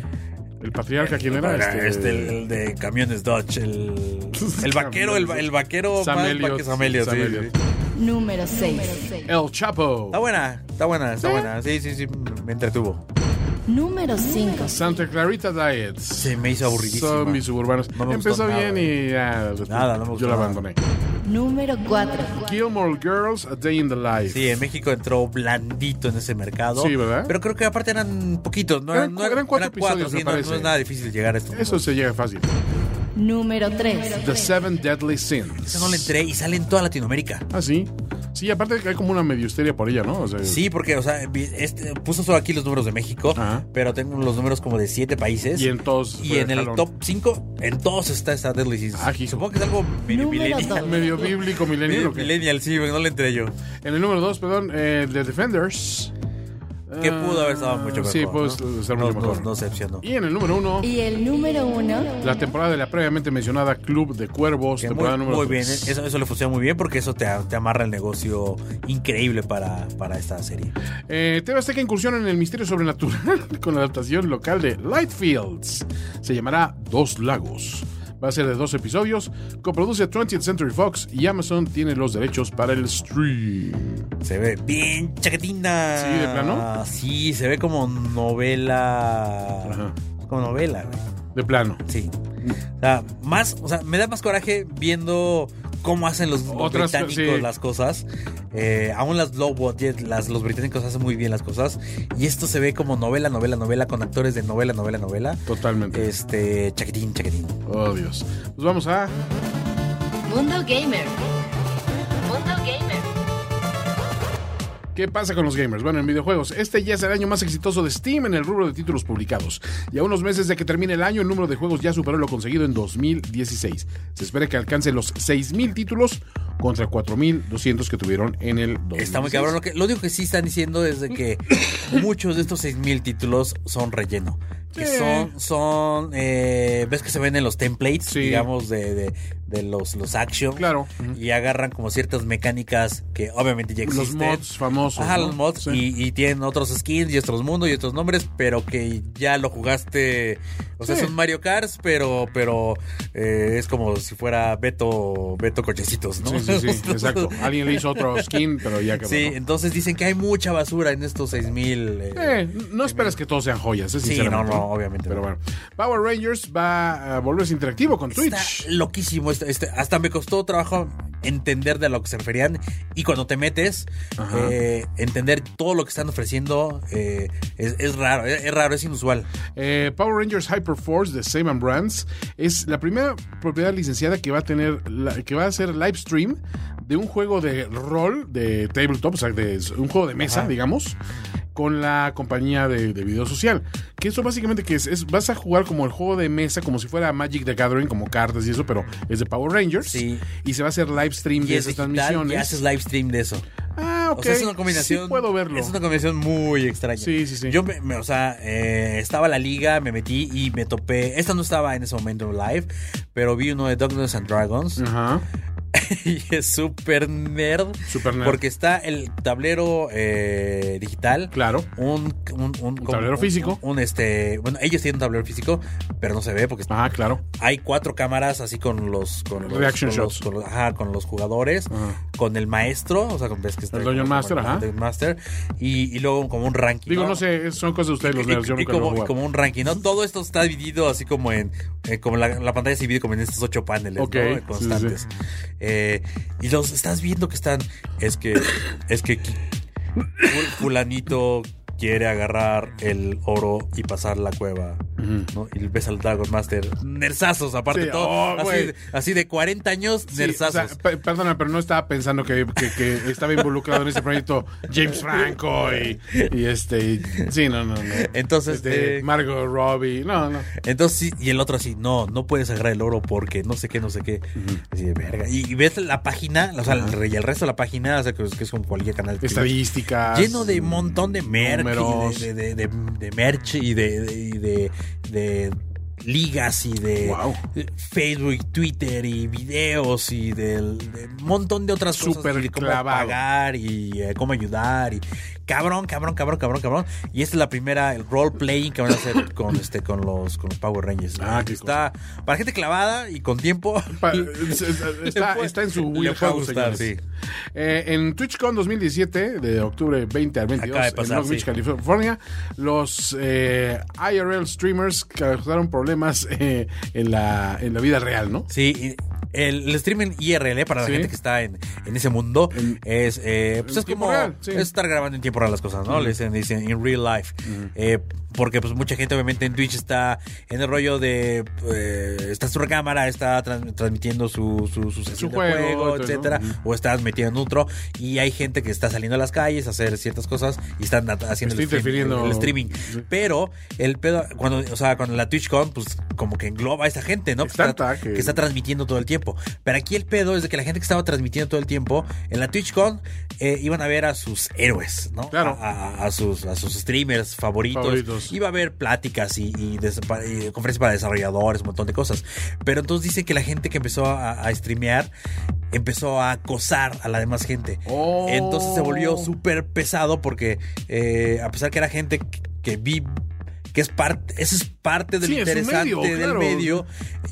el, patriarca, ¿quién era?
Este, el, el de camiones Dodge, el, el vaquero, el, el vaquero
Sam
más
Elliott.
vaque- Sam Elliott,
Sam
sí,
Elliott.
sí.
número 6,
El Chapo.
Está buena, está buena, está buena. Sí, sí, sí, me entretuvo.
número 5,
Santa Clarita Diet.
Se me hizo aburridísima.
Son mis suburbanos.
No me gustó
Empezó
nada.
bien y ya. después
Nada, no me gustó
Yo la
nada.
abandoné.
número 4,
Gilmore Girls, A Day in the Life.
Sí, en México entró blandito en ese mercado.
Sí, ¿verdad?
Pero creo que aparte eran poquitos, no
Eran
eran, no
cu- eran cuatro episodios,
sí,
me
no- no,
parece.
es nada difícil llegar a esto.
Eso se llega fácil.
número 3,
The Seven Deadly Sins.
Ese no le entré y sale en toda Latinoamérica.
Ah, sí. Sí, aparte que hay como una medio histeria por ella, ¿no? O sea,
Sí, porque, o sea, vi- este, puso solo aquí los números de México,
Ajá.
pero tengo los números como de siete países.
Y en todos
Y
fue
en el
jalón.
top 5, en todos está esta Deadly Sins.
Ah, hijo.
Supongo que es algo medio
Número
millennial.
dos.
Medio bíblico
Medio
milenio.
millennial, sí, porque no le entré yo.
En el número 2, perdón, eh, The Defenders.
Que
Ah,
pudo haber estado mucho mejor.
Sí, pudo ser mucho
Nos-
mejor.
nos- nos decepcionó.
Y en el número 1,
y el número 1,
la temporada de la previamente mencionada Club de Cuervos,
Que
temporada
Muy,
número
muy bien, ¿eh?
tres.
eso, eso le funciona muy bien porque eso te, te amarra el negocio increíble para, para esta serie.
Eh, TV Azteca incursión en el misterio sobrenatural con la adaptación local de Lightfields. Se llamará Dos Lagos. Va a ser de dos episodios. Coproduce 20th Century Fox y Amazon tiene los derechos para el stream.
Se ve bien chaquetina.
Sí, ¿de plano?
Sí, se ve como novela.
Ajá. Mm.
Como novela, güey.
De plano.
Sí. O sea, más, o sea, me da más coraje viendo cómo hacen los, los
Otras,
británicos
sí.
las cosas. Eh, aún las low budget, las, los británicos hacen muy bien las cosas. Y esto se ve como novela, novela, novela, con actores de novela, novela, novela.
Totalmente.
Este, chaquetín, chaquetín.
Oh, Dios. Pues vamos a.
Mundo Gamer, Mundo Gamer,
¿Qué pasa con los gamers? Bueno, en videojuegos, este ya es el año más exitoso de Steam en el rubro de títulos publicados. Y a unos meses de que termine el año, el número de juegos ya superó lo conseguido en 2016. Se espera que alcance los 6.000 títulos contra 4.200 que tuvieron en el 2016.
Está muy cabrón. Lo, que, lo único que sí están diciendo es de que muchos de estos 6000 títulos son relleno. Que
Sí.
son, son eh, ves que se ven en los templates,
Sí.
digamos, de, de- de los, los action.
Claro.
Y agarran como ciertas mecánicas que obviamente ya
Los
existen.
mods famosos,
Ajá,
¿no?
los mods.
Sí.
Y, y tienen otros skins y otros mundos y otros nombres, pero que ya lo jugaste. O sea,
Sí.
son Mario Kart, pero, pero eh, es como si fuera Beto, Beto Cochecitos, ¿no?
Sí, sí, sí, exacto. Alguien le hizo otro skin, pero ya quedó.
Sí,
¿no?
entonces dicen que hay mucha basura en estos 6000. eh.
Eh, no esperas que todos sean joyas, es
Sí, no, no, obviamente
Pero
no.
bueno. Power Rangers va a volverse interactivo con
Está
Twitch.
loquísimo. este- este- hasta me costó trabajo entender de lo que se referían. Y cuando te metes,
Ajá.
eh, entender todo lo que están ofreciendo eh, es, es raro, es, es raro, es inusual.
Eh, Power Rangers Hyperforce de Same Brands es la primera propiedad licenciada que va a tener la- que va a hacer live stream de un juego de rol de tabletop, o sea, de un juego de mesa, digamos, con la compañía de, de video social. Que eso básicamente que es, es vas a jugar como el juego de mesa, como si fuera Magic the Gathering, como cartas y eso, pero es de Power Rangers.
Sí.
Y se va a hacer live stream
Y
de
es
esas
digital y
transmisiones.
haces live stream de eso.
Ah, ok.
O sea, es una combinación.
Sí puedo verlo.
Es una combinación muy extraña.
Sí, sí, sí.
Yo, me, me- o sea, eh, estaba la liga, me metí y me topé. Esta no estaba en ese momento live, pero vi uno de Dungeons and Dragons.
Ajá.
y es súper nerd.
Súper nerd.
Porque está el tablero eh, digital.
Claro.
Un, un- un- como-
tablero
un-
físico.
Un, este. Bueno, ellos tienen un tablero físico, pero no se ve porque
Ah, claro.
hay cuatro cámaras así con los. Con los
Reaction
con los-
shots.
con los- ajá, con los jugadores.
Ajá.
Con el maestro. O sea, con ves que está.
El Dungeon
como-
Master,
como el
ajá.
Dungeon Master. Y, y luego como un ranking.
Digo, no sé, son cosas de ustedes los
Y-
nerds, yo
y,
nunca lo he
como,
jugado.
y como un ranking, ¿no? Todo esto está dividido así como en. eh, como la, la pantalla se divide como en estos ocho paneles,
Ok,
¿no?
sí, sí,
Constantes.
sí.
Eh, y los estás viendo que están. Es que. Es que. qui- ful- Fulanito quiere agarrar el oro y pasar la cueva. ¿no? Y ves al Dragon Master, nersazos, aparte
Sí,
de todo.
oh,
así,
güey.
así de 40 años,
Sí, o
nersazos.
sea, pe- perdona, pero no estaba pensando que, que- que estaba involucrado en ese proyecto James Franco y, y este. y- sí, no, no, no.
Entonces,
Este,
eh,
Margot Robbie. No, no.
Entonces, sí, y el otro así, no, no puedes agarrar el oro porque no sé qué, no sé qué. Así de verga. Y, y ves la página, o sea, el, re- y el resto de la página, o sea, que es, que es como cualquier canal. que-
Estadísticas.
Lleno de un montón de merch,
números.
y de, de- de- de- de merch y de, de- y de- de ligas y de
Wow.
Facebook, Twitter y videos y del- de un montón de otras cosas.
Súper
Y de cómo
clavado.
pagar y eh, cómo ayudar y cabrón, cabrón, cabrón, cabrón, cabrón. Y esta es la primera, el role playing que van a hacer con este, con los, con los Power Rangers.
Ah, qué
está para gente clavada y con tiempo.
Pa- es- es- está, está en su
Le
wheelhouse.
puede gustar,
señores.
sí.
Eh, en TwitchCon 2017, de octubre 20 al 22,
Acaba de pasar,
en Long Beach,
sí.
California, los eh, IRL streamers causaron problemas eh, en, la, en la vida real, ¿no?
Sí, y el, el streaming IRL eh, para la
Sí.
gente que está en, en ese mundo es eh, pues
en
es
tiempo
como
real, sí.
es estar grabando en tiempo real las cosas, ¿no? Le dicen, dicen in real life. Eh, porque pues mucha gente obviamente en Twitch está en el rollo de eh, está su recámara, está trans- transmitiendo su, su, su sesión de
juego,
juego,
entonces, ¿no?
etcétera, o estás metido en otro y hay gente que está saliendo a las calles a hacer ciertas cosas y están at- haciendo el,
Está
stream-
interfiriendo.
el streaming. Pero el pedo cuando o sea, cuando la TwitchCon pues como que engloba a esa gente, ¿no? Pues,
Está
está-
ataque.
que está transmitiendo todo el tiempo. Pero aquí el pedo es de que la gente que estaba transmitiendo todo el tiempo en la TwitchCon eh, iban a ver a sus héroes, ¿no?
Claro.
A, a- a sus, a sus streamers favoritos.
Favoritos.
Iba a haber pláticas y, y des- pa- y conferencias para desarrolladores, un montón de cosas. Pero entonces dice que la gente que empezó a, a streamear empezó a acosar a la demás gente.
Oh.
Entonces se volvió súper pesado porque eh, a pesar que era gente que, que vi que es parte, eso es parte del
Sí, es un
interesante
medio,
del
claro.
medio,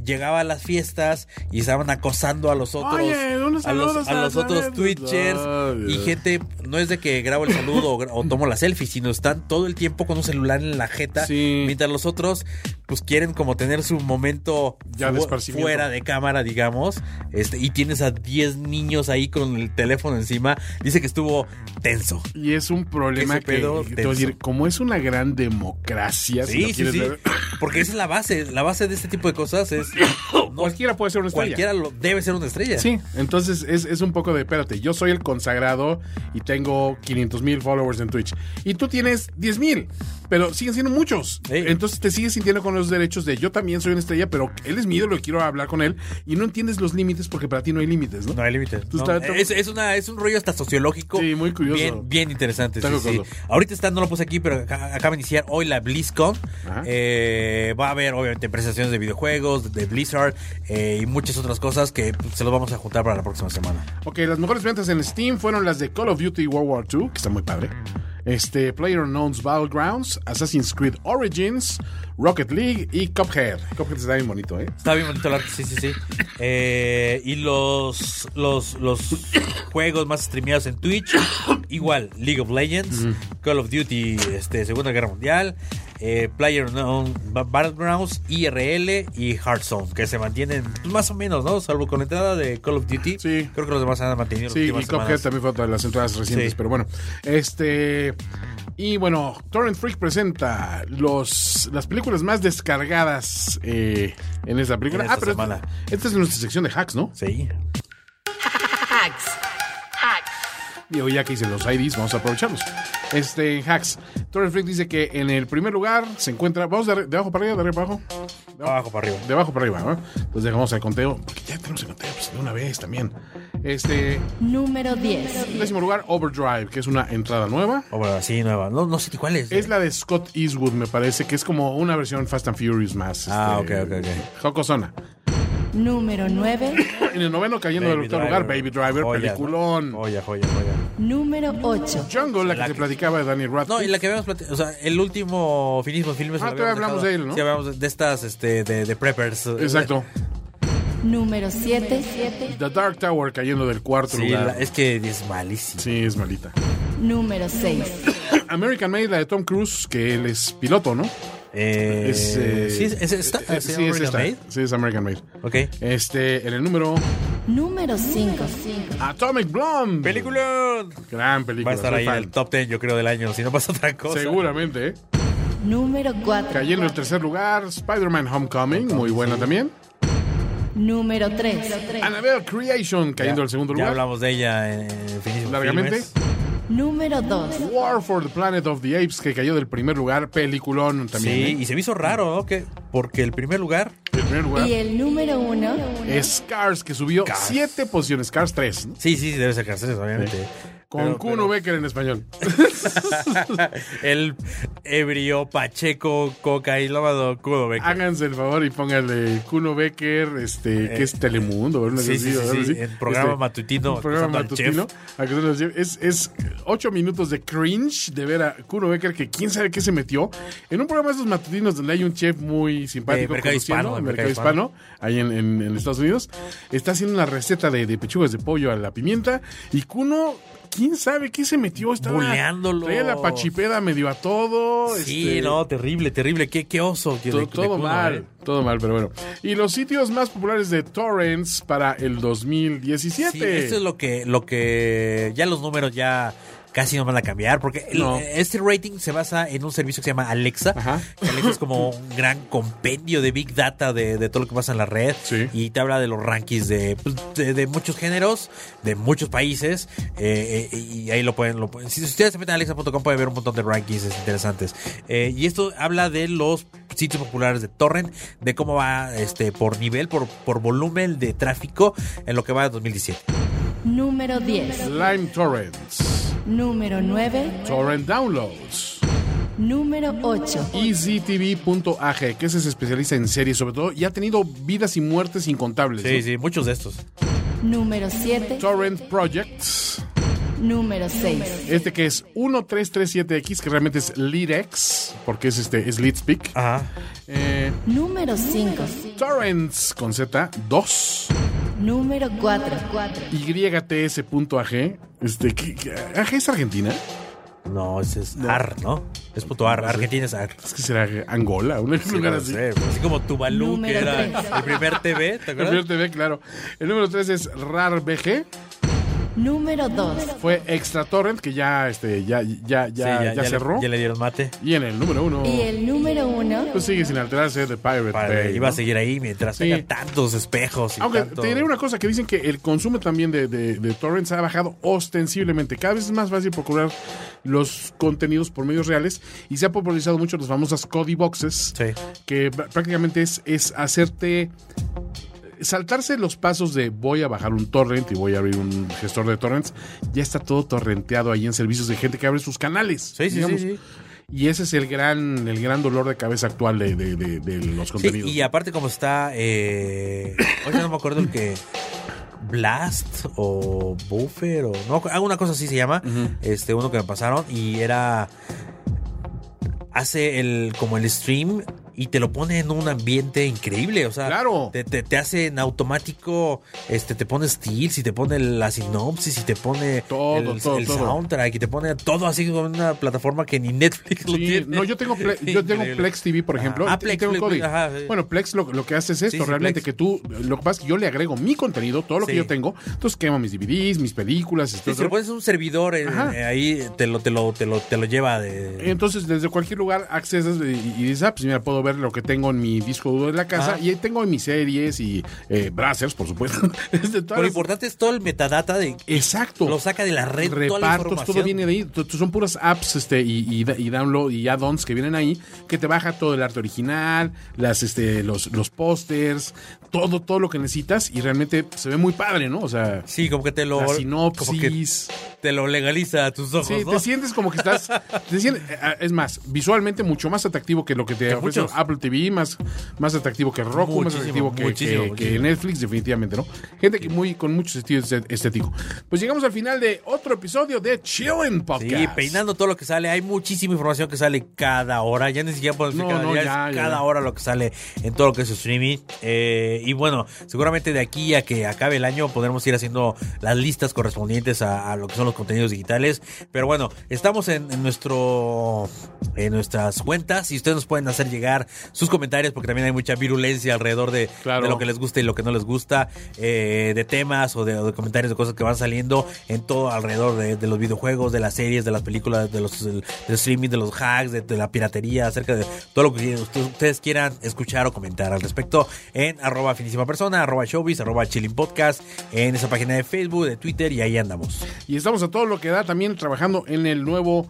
llegaba a las fiestas y estaban acosando a los otros,
Oye, ¿dónde
a
están
los,
los-
a los
las
otros
anécdotas?
twitchers y gente, no es de que grabo el saludo o, gra- o tomo la selfie, sino están todo el tiempo con un celular en la jeta,
Sí.
mientras los otros pues quieren como tener su momento
Ya de esparcimiento.
fuera de cámara, digamos, este, y tienes a 10 niños ahí con el teléfono encima, dice que estuvo tenso.
Y es un problema
Ese
que,
pedo
te voy a decir,
tenso.
como es una gran democracia, si lo
Sí, sí,
quieres
sí.
ver,
Porque esa es la base. La base de este tipo de cosas es. no,
cualquiera puede ser una estrella.
cualquiera lo, debe ser una estrella.
Sí, entonces es, es un poco de, espérate, yo soy el consagrado y tengo 500 mil followers en Twitch. Y tú tienes 10 mil, pero siguen siendo muchos.
Sí.
Entonces te sigues sintiendo con los derechos de yo también soy una estrella, pero él es mi ídolo y quiero hablar con él. Y no entiendes los límites porque para ti no hay límites, ¿no?
No hay límites.
Tú
No,
estás-
Es, es una, es un rollo hasta sociológico.
Sí, muy curioso.
Bien, bien interesante.
Está
sí,
de acuerdo.
sí. Ahorita está, no lo puse aquí, pero aca- acaba de iniciar hoy la BlizzCon.
Ajá.
Eh, va a haber, obviamente, presentaciones de videojuegos, de Blizzard eh, y muchas otras cosas que pues, se los vamos a juntar para la próxima semana.
Ok, las mejores ventas en Steam fueron las de Call of Duty World War II, que está muy padre. Este, PlayerUnknown's Battlegrounds, Assassin's Creed Origins, Rocket League y Cuphead. Cuphead está bien bonito, ¿eh?
Está bien bonito el arte, sí, sí, sí. Eh, y los, los, los juegos más streameados en Twitch, igual, League of Legends, Call of Duty, este, Segunda Guerra Mundial, eh, Player Battlegrounds, IRL y Hearthstone, que se mantienen pues, más o menos, ¿no? Salvo con la entrada de Call of Duty.
Sí.
Creo que los demás se han mantenido. las
Sí, y
últimas
Cuphead
semanas.
también fue otra de las entradas recientes,
Sí.
pero bueno. Este. Y bueno, Torrent Freak presenta los, las películas más descargadas eh, en esta película.
En esta
ah, pero
semana.
Esta, esta es nuestra sección de hacks, ¿no?
Sí.
Hacks. Hacks.
Digo, ya que hice los IDs, vamos a aprovecharlos. Este, hacks. Torrent Freak dice que en el primer lugar se encuentra. Vamos de, de abajo para arriba, de arriba para abajo.
Abajo para arriba.
De abajo para arriba, ¿no? Entonces dejamos el conteo. Porque ya tenemos el conteo pues, de una vez también. Este,
Número 10.
en décimo lugar, Overdrive, que es una entrada nueva.
O bueno, sí, nueva. No, no sé ni cuál es. eh.
Es la de Scott Eastwood, me parece, que es como una versión Fast and Furious más.
Ah,
este,
ok, ok, ok.
Jocosona.
Número 9.
En el noveno cayendo del octavo lugar, Baby Driver,
Joya, ¿no?
peliculón.
Joya, joya, joya.
Número 8.
Jungle, la que
La
te
que-
platicaba de Danny Radcliffe.
No, y la que habíamos platicado, o sea, el último finismo filmes.
Ah,
lo
todavía
habíamos
hablamos
dejado.
de él, ¿no?
Sí, hablamos de estas, este, de, de preppers.
Exacto.
Número 7.
The Dark Tower cayendo del cuarto
Sí,
lugar.
la- es que es malísimo.
Sí, es malita.
Número 6.
American Made, la de Tom Cruise, que él es piloto, ¿no?
Eh,
Es, eh,
sí, es, es esta.
eh,
¿se
sí,
llama
es
Real
esta.
Made?
Sí, es American Made.
Ok.
Este, en el número
Número 5.
Atomic Blonde.
¡Película!
Gran película.
Va a estar
soy
ahí en
fan.
el top 10, yo creo, del año, si no pasa otra cosa.
Seguramente, ¿eh?
Número 4.
Cayendo en el tercer lugar, Spider-Man Homecoming, muy buena también.
Número 3.
Annabelle Creation, cayendo en el segundo
Ya
lugar.
hablamos de ella en, en Finísimos
Largamente.
Filmes.
Número 2.
War for the Planet of the Apes, que cayó del primer lugar, peliculón también.
Sí, y se me hizo raro, ¿no? Que, porque el primer lugar,
¿eh? El primer lugar.
Y el número 1.
Es Cars, que subió
Cars.
siete posiciones, Cars 3, ¿no?
sí, sí, debe ser Cáceres, obviamente.
Con
Pero-
Kuno Becker en español.
el ebrio, pacheco, coca y lavado cudo, beca.
Háganse el favor y pónganle Kuno Becker, este, que es Telemundo, ¿verdad?
Eh, sí, sí, sí,
¿verdad? Este,
sí, el programa matutino,
un programa
acusando al
matutino. acusando al chef. Es, es ocho minutos de cringe de ver a Kuno Becker, que quién sabe qué se metió, en un programa de esos matutinos donde hay un chef muy simpático
Eh, Mercado
conduciendo,
Hispano,
en
Mercado
Mercado Hispano, ahí en, en- en Estados Unidos. Está haciendo una receta de, de pechugas de pollo a la pimienta y Kuno... ¿Quién sabe qué se metió? Estaba
Buleándolo.
Traía la pachipeda medio a todo.
Sí,
este,
no, terrible, terrible. Qué, qué oso. que-
To-
de- de
todo
Kuno,
mal,
eh.
todo mal, pero bueno. Y los sitios más populares de torrents para el 2017.
Sí, esto es lo que, lo que ya los números ya casi no van a cambiar porque el-
No.
este rating se basa en un servicio que se llama Alexa.
Ajá.
que Alexa es pues, como un gran compendio de big data de, de todo lo que pasa en la red
Sí.
y te habla de los rankings de, pues, de, de muchos géneros, de muchos países eh, eh, y ahí lo pueden, lo pueden- Si ustedes se meten a alexa.com pueden ver un montón de rankings interesantes. Eh, y esto habla de los sitios populares de Torrent, de cómo va este por nivel, por, por volumen de tráfico en lo que va de 2017.
Número 10.
Lime Torrents,
Número 9.
Torrent Downloads, E
Número 8.
EasyTV.ag, que ese se especializa en series sobre todo y ha tenido vidas y muertes incontables.
Sí,
¿no?
sí, Pues, muchos de estos.
Número 7.
Torrent Projects,
Número 6.
este que es 1337X, que realmente es LeadX, porque es este, es LeadSpeak.
Ajá.
Eh,
Número 5.
torrents con Z, 2.
Número 4.
YTS.ag, este, ¿qué- qué- ¿AG es Argentina?
No, ese es AR, ¿no? Es punto AR. Argentina es AR.
Es que será Angola, un lugar
no
así.
sé, así como Tuvalu, que
Número
era
tres.
el primer TV, ¿te
El primer
acuerdas?
TV, claro. El número 3 es RARBG,
Número 2.
fue Extra Torrent, que ya, este, ya, ya, ya,
Sí,
ya
le-
cerró.
ya le dieron mate.
Y en el número 1,
Y el número 1.
pues sigue sin alterarse The Pirate
Padre,
Bay.
iba a
¿no?
seguir ahí mientras
Sí.
tenga tantos espejos y
Aunque
tanto-
te diré una cosa, que dicen que el consumo también de, de, de torrents ha bajado ostensiblemente. Cada vez es más fácil procurar los contenidos por medios reales y se ha popularizado mucho las famosas Cody Boxes,
Sí.
que pr- prácticamente es, es hacerte saltarse los pasos de voy a bajar un torrent y voy a abrir un gestor de torrents. Ya está todo torrenteado ahí en servicios de gente que abre sus canales.
Sí, sí, sí,
digamos.
sí.
Y ese es el gran, el gran dolor de cabeza actual de, de- de- de los
Sí,
contenidos.
y aparte como está, eh, ahorita no me acuerdo el que Blast o Buffer o no, alguna cosa así se llama, este uno que me pasaron y era hace el como el stream y te lo pone en un ambiente increíble, o sea,
Claro.
te, te, te hace en automático, este te pone steals y te pone la sinopsis y te pone
Todo,
el,
todo,
el
todo.
soundtrack y te pone todo así como en una plataforma que ni Netflix lo
Sí,
tiene.
no, yo tengo, Ple- yo tengo
Increíble.
Plex TV, por ejemplo.
Ah,
y
Plex,
tengo
Plex,
Kodi.
Plex, ajá, sí.
Bueno, Plex lo, lo que hace es esto,
Sí, sí,
realmente
Plex.
que tú, lo que pasa es que yo le agrego mi contenido, todo lo que
Sí.
yo tengo, entonces quemo mis DVDs, mis películas,
Sí,
etc.
si lo pones en un servidor, eh,
Ajá. Eh,
eh, ahí te lo, te lo, te lo, te lo lleva de.
Entonces, desde cualquier lugar accesas y, y dices, ah, pues mira, puedo ver lo que tengo en mi disco duro de la casa
Ajá.
y ahí tengo mis series y eh, browsers, por supuesto. Este, todas
Pero lo
las-
importante es todo el metadata de
Exacto.
lo saca de la red, toda la
repartos,
información.
todo viene de ahí. T- t- Son puras apps este, y, y, da- y download y add-ons que vienen ahí, que te baja todo el arte original, las, este, los, los pósters, todo, todo lo que necesitas y realmente se ve muy padre, ¿no? O sea,
Sí, como que te lo.
la
como que
sinopsis.
te lo legaliza a tus ojos.
Sí,
¿no?
te sientes como que estás. te sientes- eh, eh, es más, visualmente mucho más atractivo que lo que te
Que
ofrece
muchos.
Apple TV, más, más atractivo que Roku, más
Muchísimo,
atractivo que,
muchísimo,
que- que
muchísimo.
Netflix, definitivamente, ¿no? Gente que muy con mucho sentido este- estético. Pues llegamos al final de otro episodio de Chillin'
Sí,
Podcast.
peinando todo lo que sale. Hay muchísima información que sale cada hora. Ya ni siquiera podemos decir
No,
cada
no,
día,
ya,
es
ya,
cada
ya.
hora lo que sale en todo lo que es su streaming. Eh, y bueno, seguramente de aquí a que acabe el año podremos ir haciendo las listas correspondientes a, a lo que son los algunos contenidos digitales. Pero bueno, estamos en, en nuestro en nuestras cuentas y ustedes nos pueden hacer llegar sus comentarios porque también hay mucha virulencia alrededor de,
Claro.
de lo que les gusta y lo que no les gusta, eh, de temas o de, o de comentarios de cosas que van saliendo en todo alrededor de, de los videojuegos, de las series, de las películas, de los del, del streaming, de los hacks, de, de la piratería, acerca de todo lo que ustedes- ustedes quieran escuchar o comentar al respecto en arroba finísima persona, arroba showbiz, arroba chilling podcast, en esa página de Facebook, de Twitter y ahí andamos.
Y estamos a todo lo que da también trabajando en el nuevo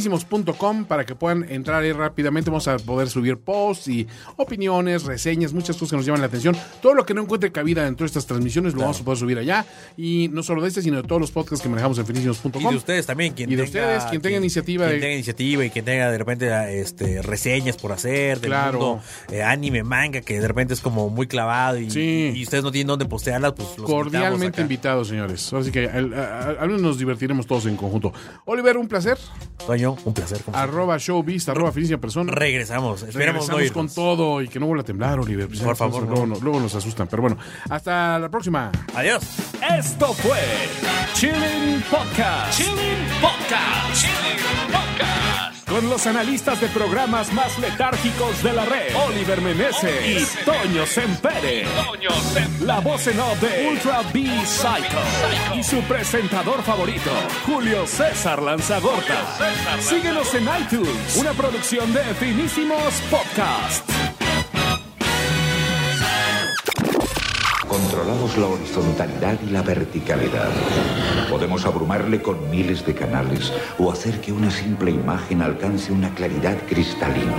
finísimos.com para que puedan entrar ahí rápidamente. Vamos a poder subir posts y opiniones, reseñas, muchas cosas que nos llaman la atención. Todo lo que no encuentre cabida dentro de estas transmisiones lo vamos a poder subir allá. Y no solo de este, sino de todos los podcasts que manejamos en finísimos.com.
Y de ustedes también, quien
Y de
tenga,
ustedes, quien tenga iniciativa
Quien
de-
tenga iniciativa y quien tenga de repente este, reseñas por hacer, del
Claro.
mundo, eh, anime, manga, que de repente es como muy clavado y,
Sí.
y ustedes no tienen dónde postearlas, pues los invitamos
Cordialmente
acá.
invitados, señores. Así que al, al- al menos nos divertiremos todos en conjunto. Oliver, un placer.
Toño, un placer. como siempre.
Arroba showbiz, arroba finísima persona.
Regresamos, esperemos
Regresamos
no irnos.
con todo y que no vuelva a temblar, Oliver. Pues,
Por
entonces,
favor,
Luego,
no.
no- luego nos asustan. Pero bueno, hasta la próxima.
Adiós.
Esto fue Chilling Podcast. Chilling Podcast. Chilling Podcast. Con los analistas de programas más letárgicos de la red, Oliver Meneses y Toño Sempere. La voz en off de Ultra B Psycho. Y su presentador favorito, Julio César Lanzagorta. Síguenos en iTunes, una producción de Finísimos Podcast.
Controlamos la horizontalidad y la verticalidad. Podemos abrumarle con miles de canales o hacer que una simple imagen alcance una claridad cristalina.